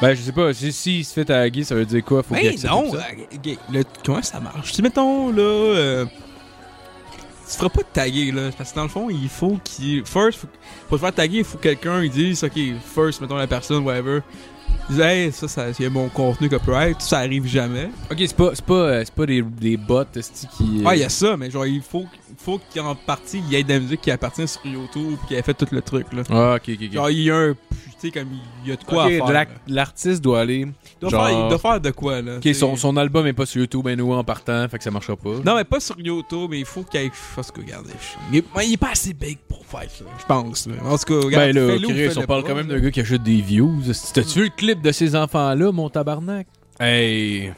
Ben, je sais pas. Si, si il se fait taguer, ça veut dire quoi Faut qu'il Mais accepte non! ça. euh, gay, le- comment ça marche? Si, mettons, là. euh, tu te feras pas taguer, là. Parce que dans le fond, il faut qu'il. First, faut- pour te faire taguer, il faut que quelqu'un il dise, ok, first, mettons la personne, whatever. Il dit, hey, ça, ça c'est mon contenu copyright. Ça arrive jamais. Ok, c'est pas, c'est pas, euh, c'est pas des, des bots esti, qui. euh, Ah, il y a ça, mais genre, il faut, faut qu'en partie, il y ait de la musique qui appartient sur YouTube et qui a fait tout le truc, là. Ah, ok, ok, ok. Genre, il y a un. Tu sais, comme, il y a de quoi Ok, à faire. de la- là. L'artiste doit aller. Il doit, genre- faire, il doit faire de quoi, là. Ok, tu sais. son, son album est pas sur YouTube, ben nous en partant, fait que ça marchera pas. Non, mais pas sur YouTube, mais il faut qu'il y ait. Parce que, regardez, je- il, mais il est pas assez big pour faire ça, je pense. là. En tout cas, regarde, ben là, fais-le ou Chris, fais-le on parle pas, quand même là. d'un gars qui achète des views. esti. T'as-tu vu le clip de ces enfants-là, mon tabarnak Hey.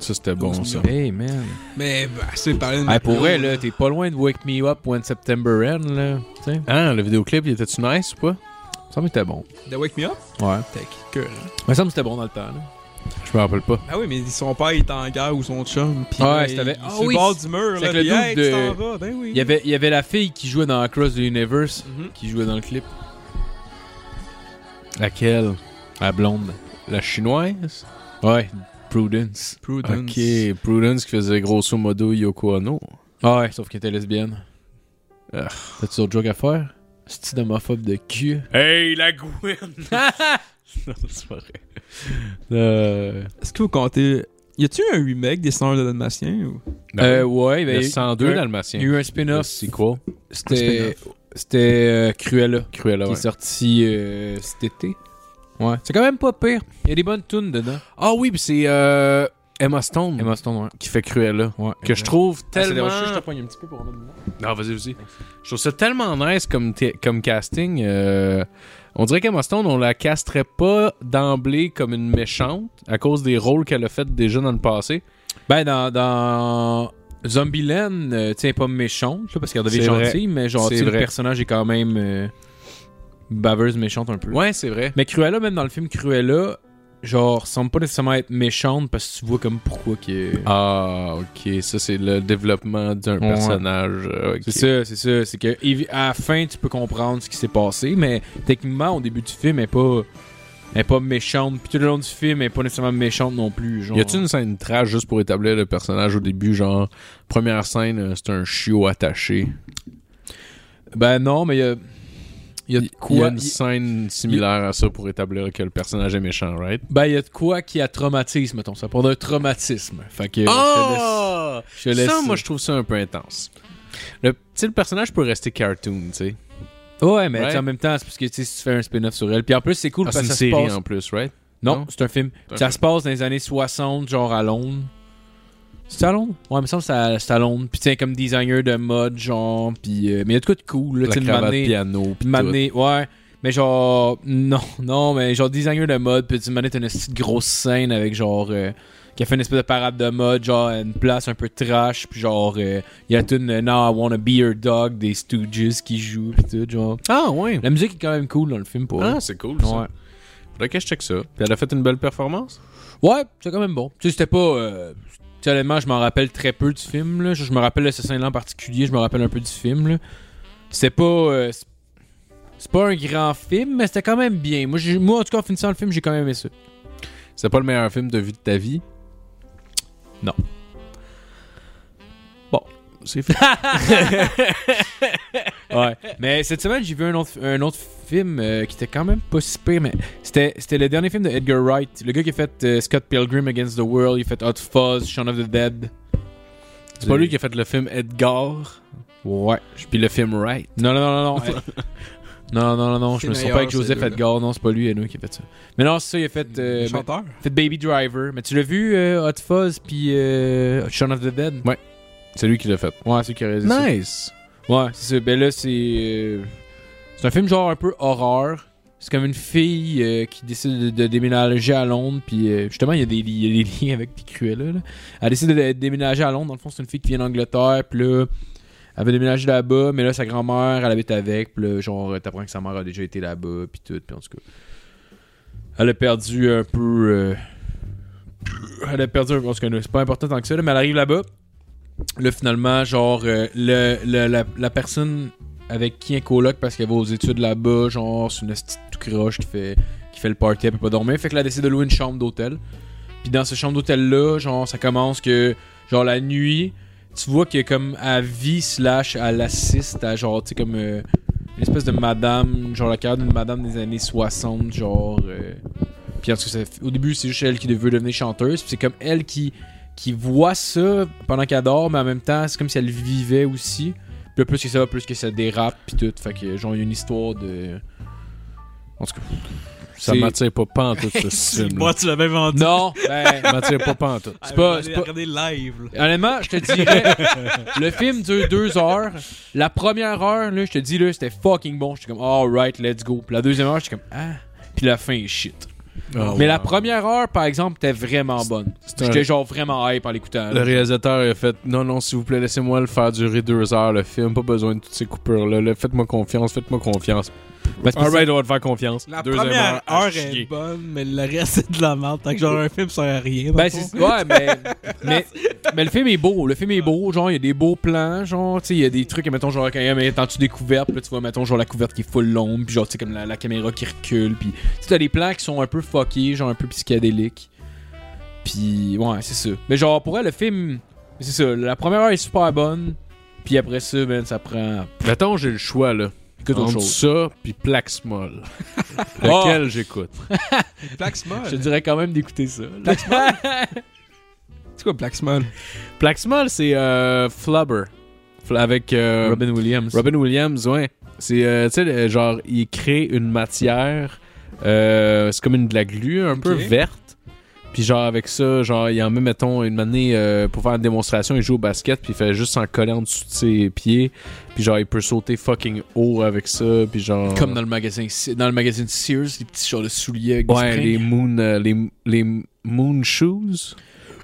Ça, c'était bon, ça. Hey, man. Mais, bah, c'est parler de. Hey, Ben, pour vrai, là, t'es pas loin de Wake Me Up When September End, là. Tu sais, Hein, le vidéoclip, il était-tu nice ou pas? ça m'était bon. The Wake Me Up, Ouais. t'as que. là. Mais ça me c'était bon dans le temps, là. Je me rappelle pas. Ah oui, mais son père il est en guerre ou son chum. Pis Ouais, là, c'était il- avec- Ah Sur oui, le bord du mur, c'est là. avec le puis, dude hey, de- tu t'en vas, ben oui. Il y avait, il y avait la fille qui jouait dans Across the Universe, Mhm. qui jouait dans le clip. Laquelle? La blonde. La chinoise? Ouais, Prudence. Prudence. Ok, Prudence qui faisait grosso modo Yoko Ono. Ah Ouais, sauf qu'elle était lesbienne. Ah. T'as-tu d'autres jokes à faire? C'est-tu d'homophobe de cul? Hey, la Gwen! non, c'est pas vrai. Euh, Est-ce que vous comptez. Y a-tu eu un remake des Seigneurs de Dalmatien ou. Euh, ouais, ben. le 102 il y a- Dalmatien. Il y a eu un Le spin-off. sequel. C'était. C'était euh, Cruella, Cruella, qui ouais. est sorti euh, cet été. Ouais. C'est quand même pas pire. Il y a des bonnes tunes dedans. Ah oui, puis c'est euh, Emma Stone Emma Stone, ouais. qui fait Cruella. Ouais. Ah, Que je trouve tellement... poigne un petit peu pour remettre dedans. Non, vas-y, vas-y. Je trouve ça tellement nice comme, t- comme casting. euh, on dirait qu'Emma Stone, on la casterait pas d'emblée comme une méchante à cause des rôles qu'elle a fait déjà dans le passé. Ben, dans. dans... Zombieland, euh, tu sais, elle est pas méchante, là, parce qu'elle devient C'est vrai. gentille, mais genre, C'est tu sais, le vrai. personnage est quand même euh, baveuse, méchante un peu. Ouais, c'est vrai. Mais Cruella, même dans le film Cruella, genre, semble pas nécessairement être méchante parce que tu vois comme pourquoi que. Ah, ok. Ça, c'est le développement d'un Ouais. personnage. euh, ok. C'est ça, c'est ça. C'est que évi- à la fin, tu peux comprendre ce qui s'est passé, mais techniquement, au début du film, elle est pas, elle est pas méchante. Puis tout le long du film, elle est pas nécessairement méchante non plus. Genre. Y a-tu une scène trash juste pour établir le personnage au début? Genre, première scène, euh, c'est un chiot attaché. Ben non, mais il y a. Il y a de Il y a quoi. une il- scène similaire à ça pour établir que le personnage est méchant, right? Ben, il y a de quoi qui a traumatisme, mettons. Ça pour un traumatisme. Fait que. euh, Oh! Ah! je te laisse- je te laisse- Ça, moi, je trouve ça un peu intense. Le, tu sais, le personnage peut rester cartoon, tu sais. Ah, Ouais, mais Ouais. tu sais, en même temps, c'est parce que tu sais, si tu fais un spin-off sur elle. Puis en plus, c'est cool Ah, c'est parce une que ça se série passe. en plus, right? Non, non? c'est un film. un ça film. se passe dans les années 60, genre à Londres. C'est à Londres? Ouais, il me semble que c'est à- c'est à Londres. Puis tiens, comme designer de mode, genre. Puis, euh, mais il y a de quoi de cool, là, La tu sais, de cravate m'amener- piano, pis Puis de m'amener- ouais. Mais genre, non, non, mais genre designer de mode, puis tu m'amener t'as une petite grosse scène avec genre, euh, qui a fait une espèce de parade de mode, genre une place un peu trash, puis genre, euh, il y a tout une euh, Now I Wanna Be Your Dog des Stooges qui joue, puis tout, genre. Ah, ouais! La musique est quand même cool dans le film pour Ah, elle. c'est cool, ça. Ouais, Faudrait que je check ça. Puis elle a fait une belle performance? ouais c'est quand même bon. Tu sais, c'était pas. Euh, tu sais, honnêtement, je m'en rappelle très peu du film, là. Je, je me rappelle de ce scène-là en particulier, je me rappelle un peu du film, là. C'était pas. euh, c'est- c'est pas un grand film, mais c'était quand même bien. Moi, j'ai- moi, en tout cas, en finissant le film, j'ai quand même aimé ça. C'est pas le meilleur film de vue de ta vie? Non. Bon, c'est fait. ouais. Mais cette semaine, j'ai vu un autre, un autre film euh, qui était quand même pas si pire, mais c'était, c'était le dernier film de Edgar Wright. Le gars qui a fait euh, Scott Pilgrim Against the World, il a fait Hot Fuzz, Shaun of the Dead. C'est pas lui qui a fait le film Edgar, Ouais. puis le film Wright. Non, non, non, non, non. euh, Non, non, non, non, je C'est me souviens meilleur, pas avec ces Joseph deux-là. Edgar, non, c'est pas lui, Edgar qui a fait ça. Mais non, c'est ça, il a fait, euh, Le chanteur. il a fait Baby Driver. Mais tu l'as vu, euh, Hot Fuzz, puis euh, Shaun of the Dead? C'est lui qui l'a fait. Ouais, c'est lui qui a réalisé ça. Nice! Ouais, c'est ça. Ben là, c'est. euh, c'est un film genre un peu horreur. C'est comme une fille euh, qui décide de, de déménager à Londres. Puis euh, justement, il y, a des li- il y a des liens avec Cruella. Là. Elle décide de, de déménager à Londres. Dans le fond, c'est une fille qui vient d'Angleterre. Puis là, elle veut déménager là-bas. Mais là, sa grand-mère, elle habite avec. Puis là, genre, euh, t'apprends que sa mère a déjà été là-bas. Puis tout. Puis en tout cas, elle a perdu un peu. euh, elle a perdu un peu. Parce que c'est pas important tant que ça. là, mais elle arrive là-bas. Là, finalement, genre, euh, le, le- la, la personne avec qui elle coloc parce qu'elle va aux études là-bas, genre, c'est une petite tout croche qui fait, qui fait le party, elle peut pas dormir. Fait que là, elle décide de louer une chambre d'hôtel. Puis dans cette chambre d'hôtel-là, genre, ça commence que, genre, la nuit, tu vois que comme à vie, slash, elle assiste à, genre, tu sais, comme euh, une espèce de madame, genre, la carrière d'une madame des années 60, genre. euh, puis en tout cas, ça fait- au début, c'est juste elle qui veut devenir chanteuse. Puis c'est comme elle qui, qui voit ça pendant qu'elle dort, mais en même temps, c'est comme si elle vivait aussi. Puis là, plus que ça va, plus que ça dérape, puis tout. Fait que, genre, il y a une histoire de. En tout cas. Ça c'est- m'attire pas pantoute, ce Si, film. Moi, tu l'avais vendu. Non, ben. Ça m'attire pas pantoute. c'est pas- c'est pas- Regardez live. là. Honnêtement, je te dirais, le film dure deux heures. La première heure, là, je te dis, là, c'était fucking bon. J'étais comme, alright, let's go. Puis la deuxième heure, j'étais comme, ah. Puis la fin est shit. Mais la première heure, par exemple, était vraiment bonne. Oh, c'est un- J'étais genre vraiment hype en l'écoutant. Le réalisateur a fait Non, non, s'il vous plaît, laissez-moi le faire durer deux heures, le film. Pas besoin de toutes ces coupures-là. là. Faites-moi confiance, faites-moi confiance. Ben, c'est parce que- Alright, on va te faire confiance. La Deuxième première à heure chier. est bonne, mais le reste, c'est de la merde. Tant que genre un film sert à rien. dans Ben, le c'est- fond. ouais, mais, mais, mais le film est beau. Le film est beau. Genre, il y a des beaux plans. Genre, tu sais, il y a des trucs, mettons, genre, quand même, t'en tu découverte, puis là, tu vois, mettons, genre, la couverte qui est full longue, puis genre, tu sais, comme la, la caméra qui recule, puis tu sais, t'as des plans qui sont un peu fuckés, genre, un peu psychédéliques. Puis, ouais, c'est ça. Mais genre, pour elle, le film, c'est ça. La première heure est super bonne, puis après ça, ben, ça prend Mettons, j'ai le choix, là. que d'autres Entre choses. ça, puis Plaxmol. Lequel Ah! j'écoute Black Small. Je te dirais quand même d'écouter ça. là. C'est quoi Black Small? Plaxmol, c'est euh, Flubber. Fl- avec euh, Robin Williams. Robin Williams, ouais. C'est, euh, tu sais, le- genre, il crée une matière, euh, c'est comme une de la glu un peu verte. Puis genre, avec ça, genre, il en met, mettons, une année euh, pour faire une démonstration, il joue au basket, puis il fait juste s'en coller en dessous de ses pieds. Puis genre, il peut sauter fucking haut avec ça, puis genre... Comme dans le magazine, dans le magazine Sears, les petits genres de souliers avec des Ouais, springs. les moon... euh, les, les moon shoes?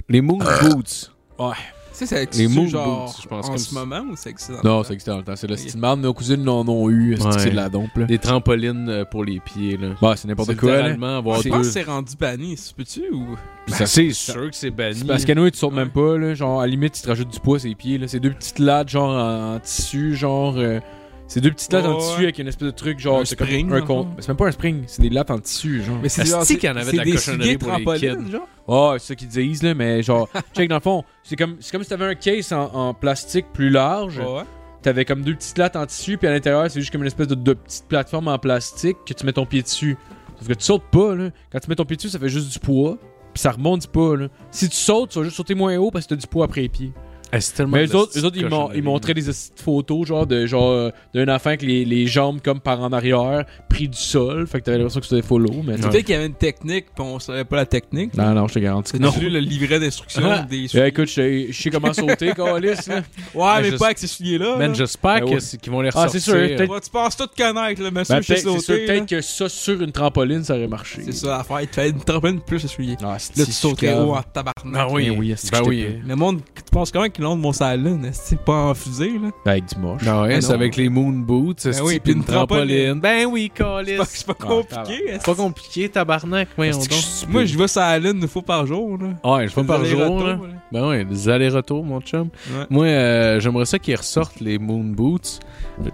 Les moon boots. Ouais. Tu sais, ça Les existe Moon genre Boots, je pense, en comme ce ça. moment ou c'est excellent? Non, c'est excellent. C'est le style marde. Nos cousines n'en ont eu. C'est Ouais. c'est de la dompe. Là. Des trampolines euh, pour les pieds, là. Bah, c'est C'est n'importe quoi. là. littéralement Ah, avoir Je pense deux... que c'est rendu banni, si peux-tu ou. Ben, c'est sûr que c'est banni. C'est Parce qu'à nous, tu sautes même pas. Là. Genre, à la limite, tu te rajoutes du poids sur les pieds. là. C'est deux petites lattes, genre en, en tissu. Genre. euh, c'est deux petites lattes en Ouais, tissu ouais. avec une espèce de truc, genre. Un c'est comme spring, Un dans con... le fond. Mais C'est même pas un spring, c'est des lattes en tissu, genre. Mais c'est Asti genre, c'est- qu'il y en avait de c'est la des cochonnerie souliers pour les trampolines, kids. genre? Ah, c'est ça qu'ils disent, là. Mais genre, check, dans le fond, c'est comme, c'est comme si t'avais un case en, en plastique plus large. Ouais. T'avais comme deux petites lattes en tissu, puis à l'intérieur, c'est juste comme une espèce de, de petite plateforme en plastique que tu mets ton pied dessus. Sauf que tu sautes pas, là. Quand tu mets ton pied dessus, ça fait juste du poids, puis ça rebondit pas, là. Si tu sautes, tu vas juste sauter moins haut parce que t'as du poids après les pieds. Ah, c'est tellement Mais de eux autres, petites eux autres, ils, m'ont- cochonneries, ils montraient des hosties de photos, genre, de, genre, euh, d'un enfant avec les, les jambes comme par en arrière, pris du sol. Fait que t'avais l'impression que c'était follow, mais. Peut-être qu'il y avait une technique, puis on savait pas la technique. Non, non, je te garantis que C'est non. non. le livret Ah. d'instruction des Eh, écoute, je sais- je sais comment sauter, Calis, là. Ouais, mais je- pas avec ces souliers-là. là. Man, là. j'espère Ben que ouais. c'est- qu'ils vont les Ah, ressortir. c'est sûr, peut-être- Ouais, tu passes tout connaître, le monsieur, Ben, je sais peut-être c'est sûr, sauter. là. peut-être que ça sur une trampoline, ça aurait marché. C'est ça l'affaire. Il te fallait une trentaine de plus de souliers. Ah, c'est Là, tu sautes très haut en Ah tabarnak. oui, Ben oui, oui, est-ce que ben je t'ai oui. Le monde, tu penses comment qu'ils l'ont de mon salon? C'est pas en fusée, là. Avec du moche. Non, ouais, Ben c'est non. avec les moon Ben boots, c'est oui, puis une une trampoline. trampoline. Ben oui, Calis. C'est pas Ah, compliqué. est-ce C'est pas compliqué, tabarnak, voyons que- donc. Moi, je vais sur la lune une fois par jour, là. Ouais, je fais Des par jour, allers-retours, là. Ben ouais, des allers-retours, mon chum. Ouais. Moi, euh, j'aimerais ça qu'ils ressortent les moon boots,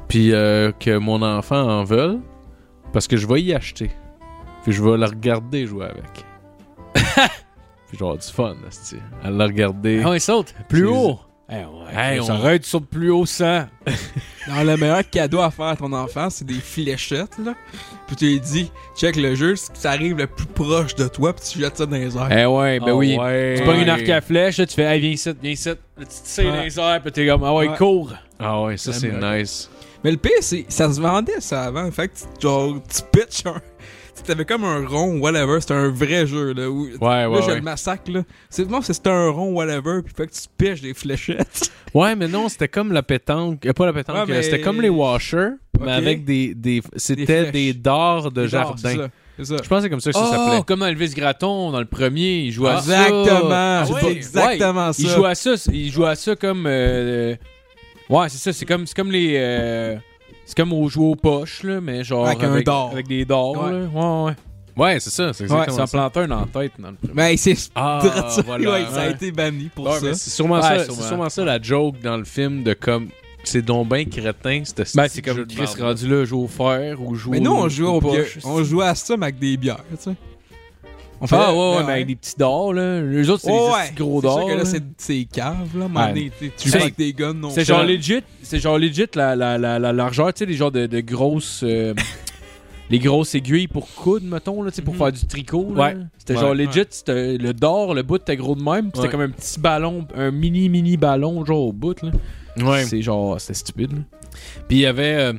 puis euh, que mon enfant en veuille, parce que je vais y acheter. Puis je vais la regarder jouer avec. puis je vais avoir du fun, asti, à la regarder. Ah, il saute. Plus C'est- haut. Eh, Hey, on... Ça on- aurait dû sauter plus haut sans. Non, le meilleur cadeau à faire à ton enfant, c'est des fléchettes, là. Puis tu lui dis, check le jeu, ce qui arrive le plus proche de toi, puis tu jettes ça dans les airs. Eh ouais, ben Ah oui. ouais. Tu prends une arc à flèche, là, tu fais, hey, viens ici, viens ici. Là, tu te tires Ouais. dans les airs, puis t'es comme, ah ouais, Ouais. cours. Ah ouais, ça c'est J'aime nice. Mais le pire, c'est ça se vendait, ça, avant. Fait que, tu- genre, tu pitches un... tu- T'avais comme un rond, whatever. C'était un vrai jeu, là. Où... Ouais, Là, ouais, je ouais. le massacre, là. C'est bon, c'est c'était un rond, whatever, puis fait que tu pitches des fléchettes. Ouais, mais non, c'était comme la pétanque. euh, Pas la pétanque, Ouais, euh, mais- c'était comme les washers, Ok. mais avec des. des c'était flèches. des dards de Des dards, jardin. c'est ça, Ah, C'est ça. Je pense que c'est comme ça que ça oh, s'appelait. comme Elvis Gratton dans le premier, il joue à ça. Exactement, c'est Ah, ouais. exactement ça. Il joue à ça, il joue à ça comme. euh, Ouais, c'est ça, c'est comme, c'est comme les. euh, C'est comme au jouer aux poches, là, mais genre. Avec un dard. Avec des dards, Ouais. là. Ouais, ouais. Ouais, c'est ça, c'est exactement ça Ben, en ça. plante un en tête dans le premier. Mais c'est Ah, ça, voilà. ouais, ça a été banni pour Ouais, mais ça. c'est sûrement, hein. Ouais, ça, sûrement. c'est sûrement ça la joke dans le film de comme. C'est donc ben crétin, c'était Ben, c'est comme Chris rendu là, joue au fer ou joue Mais nous, on jouait au poche, bière. c'est- On jouait à ça, mais avec des bières, tu sais. On Ah ouais, ouais, mais avec des petits dards, là. Les autres, c'est des petits gros C'est dards. sûr que là, là. c'est c'est cave, là. à un moment donné, tu sais, tu joues C'est- avec des guns, non C'est genre legit, c'est genre legit la, la, la, la largeur, tu sais, les genres de, de grosses. euh, les grosses aiguilles pour coude, mettons, là, tu sais, pour Mhm. faire du tricot. là. Ouais. C'était Ouais. genre legit, c'était le dor, le bout était gros de même, puis c'était Ouais. comme un petit ballon, un mini mini ballon, genre au bout, là. Ouais. C'est genre, c'était stupide, là. Puis il y avait. euh,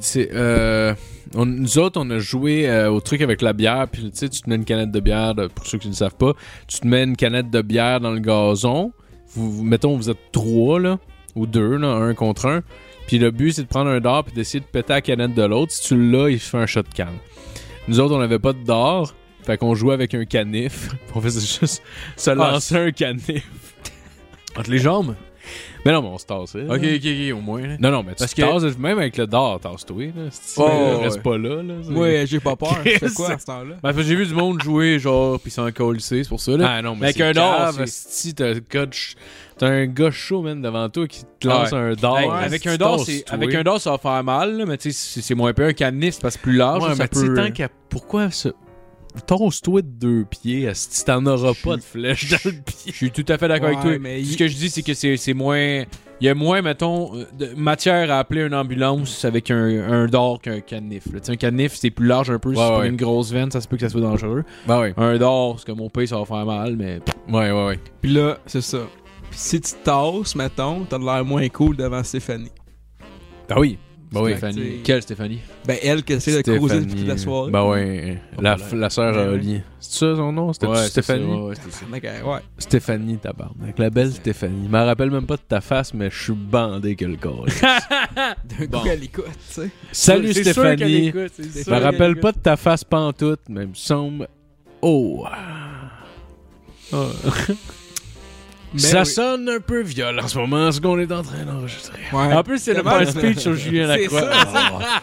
c'est, euh, on- nous autres, on a joué euh, au truc avec la bière. Puis tu sais, tu te mets une canette de bière, de- pour ceux qui ne savent pas, tu te mets une canette de bière dans le gazon. Vous, vous- mettons, vous êtes trois, là, ou deux, là, un contre un. Puis le but, c'est de prendre un dard puis d'essayer de péter la canette de l'autre. Si tu l'as, il se fait un shot de canne. Nous autres, on n'avait pas de dard. Fait qu'on jouait avec un canif. On faisait juste se lancer un canif. Ah, Entre les jambes Mais non, mais on se tassait. là. Ok, ok, ok, au moins, là. Non, non, mais tu Parce Parce que- tasses, même avec le dard, tasse-toi. là. Si tu- Oh, euh, reste ouais. pas là. là c'est- Ouais, j'ai pas peur. Je fais quoi Chris. à ce temps-là? Ben, parce que j'ai vu du monde jouer, genre, pis c'est un colissé, c'est pour ça, là. Ah non, mais Avec c'est un dard, cave, c'est- si t'as un gars de ch- t'as un gars chaud, man, devant toi qui te lance Ouais. un dard. Hey, si avec, tu un dard, tasses, c'est, toi. avec un dard, ça va faire mal, là, mais tu sais, c'est, c'est moins peu un canif, parce que plus large, Ouais, ça mais tu sais, peut... tant qu'à- Pourquoi ce. Tasse-toi de deux pieds, si t'en auras pas de flèche dans le pied. Je suis tout à fait d'accord Ouais, avec toi. mais Ce il- que je dis, c'est que c'est c'est moins. Il y a moins, mettons, euh, de matière à appeler une ambulance avec un, un dard qu'un canif. là. Tu sais, Un canif, c'est plus large un peu. si Ouais, c'est pas ouais. une grosse veine, ça se peut que ça soit dangereux. Bah ouais. Un dard, parce que mon pays, ça va faire mal, mais. Ouais, ouais, ouais. Puis là, c'est ça. Puis si tu tasses, mettons, t'as de l'air moins cool devant Stéphanie. Ben Bah oui. Bah oui. Stéphanie. Fait que- Quelle Stéphanie Ben, elle, qui essaie de causer depuis toute la soirée. Ben Bah ouais. La, la sœur à Ouais, ouais. Oli. C'est ça son nom? C'était Ouais, c'est ça, Stéphanie? ouais, ouais, c'est ça. Mec, elle- ouais. Stéphanie, tabarnak. La belle Stéphanie. Je me rappelle même pas de ta face, mais je suis bandé que le corps. D'un coup, elle écoute, tu sais. Salut C'est sûr qu'elle Stéphanie. écoute, c'est Je sûr me qu'elle rappelle écoute. pas de ta face pantoute, mais il me semble. Oh! Ah. Mais ça oui. sonne un peu viol en ce moment, ce qu'on est en train d'enregistrer. Ouais. En plus, c'est le Comment- pas speech sur Julien C'est Lacroix.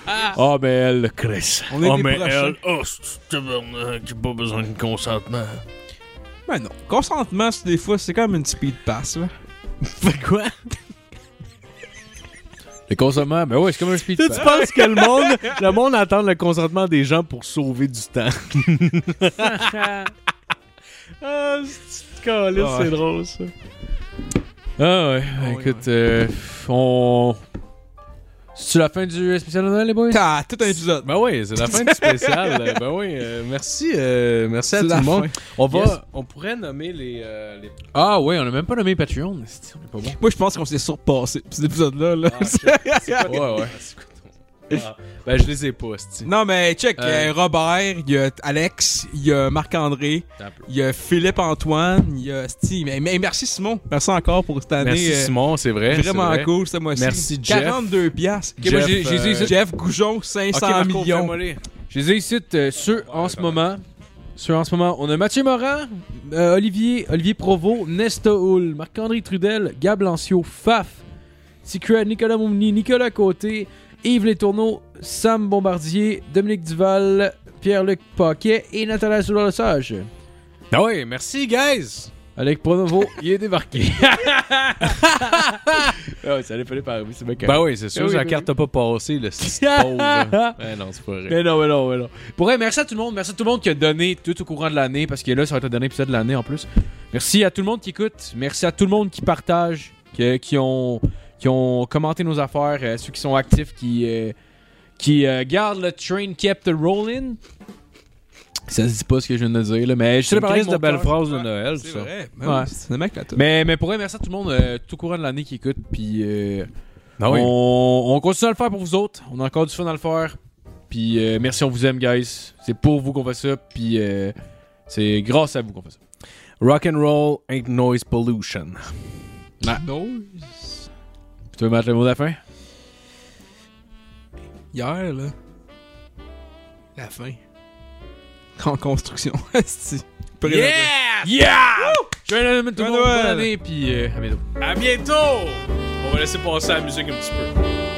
Ah, oh, mais elle, le Chris. On est des prochains. oh, c'est tabarnak, j'ai pas besoin de consentement. Ben non. Consentement, c'est des fois, c'est comme une speed pass, là. Fait quoi? Le consommant, ben ouais, c'est comme un speech. Tu penses que le monde, le monde attend le consentement des gens pour sauver du temps? ah, c'est calice, c'est drôle ça. Ah, Euh, Ah ouais, écoute, euh, on... C'est la fin du euh, spécial de Noël, les boys? T'as tout un épisode. Ben oui, c'est la fin du spécial. Euh, ben oui, euh, merci, euh, merci à tout le monde. On, va, Yes. on pourrait nommer les, euh, les- Ah ouais, on a même pas nommé Patreon. Esti, On est pas bon. Moi, je pense qu'on s'est surpassé. Cet épisode-là, là. Ah, Ouais, ouais. Ah, ben je les ai pas, c'ti. Non, mais check, Euh, il y a Robert, il y a Alex, il y a Marc-André, Attends un peu. il y a Philippe-Antoine, il y a Steve. Mais, mais merci Simon, merci encore pour cette année. Merci euh, Simon, c'est vrai. c'est Vraiment vrai. cool, ce mois-ci. Merci, Jeff. 42 piastres. Ok, moi, j'ai- j'ai dit euh, ça. Jeff Goujon, 500 millions. Je les ai ici, euh, ceux en ce moment. Ceux en ce moment, on a Mathieu Morin, euh, Olivier, Olivier Provost, Nesta Hull, Marc-André Trudel, Gab Lancio, Faf, Secret, Nicolas Moumni, Nicolas Côté, Yves Letourneau, Sam Bombardier, Dominique Duval, Pierre-Luc Paquet et Nathalie soulard lesage Ah ouais, merci, guys. Alec Pronovo, il est débarqué. Ah ouais, ça allait fallait par c'est bien correct. Ben oui, c'est sûr, Ben oui, la ben carte t'a pas passé, le c'ti pauvre. Ouais, non, c'est pas vrai. Mais non, mais non, mais non. Pour vrai, merci à tout le monde. Merci à tout le monde qui a donné tout au courant de l'année parce que là, ça va être le dernier épisode de l'année en plus. Merci à tout le monde qui écoute. Merci à tout le monde qui partage, que- qui, ont, qui ont commenté nos affaires, euh, ceux qui sont actifs, qui, euh, qui euh, gardent le train kept rolling. Ça se dit pas ce que je viens de dire, là, mais je sais C'est une pas crise de belles belle phrases de Noël, C'est ça. vrai. Ouais. Ouais. C'est le mec là, tout. Mais, mais pour vrai, merci à tout le monde euh, tout au courant de l'année qui écoute. Puis euh, Ah oui. on, on continue à le faire pour vous autres. On a encore du fun à le faire. Puis euh, merci, on vous aime, guys. C'est pour vous qu'on fait ça. Puis euh, c'est grâce à vous qu'on fait ça. Rock and roll ain't noise pollution. Noise. Puis tu veux mettre le mot de la fin? Hier, là. La fin. En construction. Esti. Prêt, là, là. Yeah! Je vais le mettre tout le Bonne monde. Bonne Noël! année. Puis euh, à bientôt. À bientôt! On va laisser passer la musique un petit peu.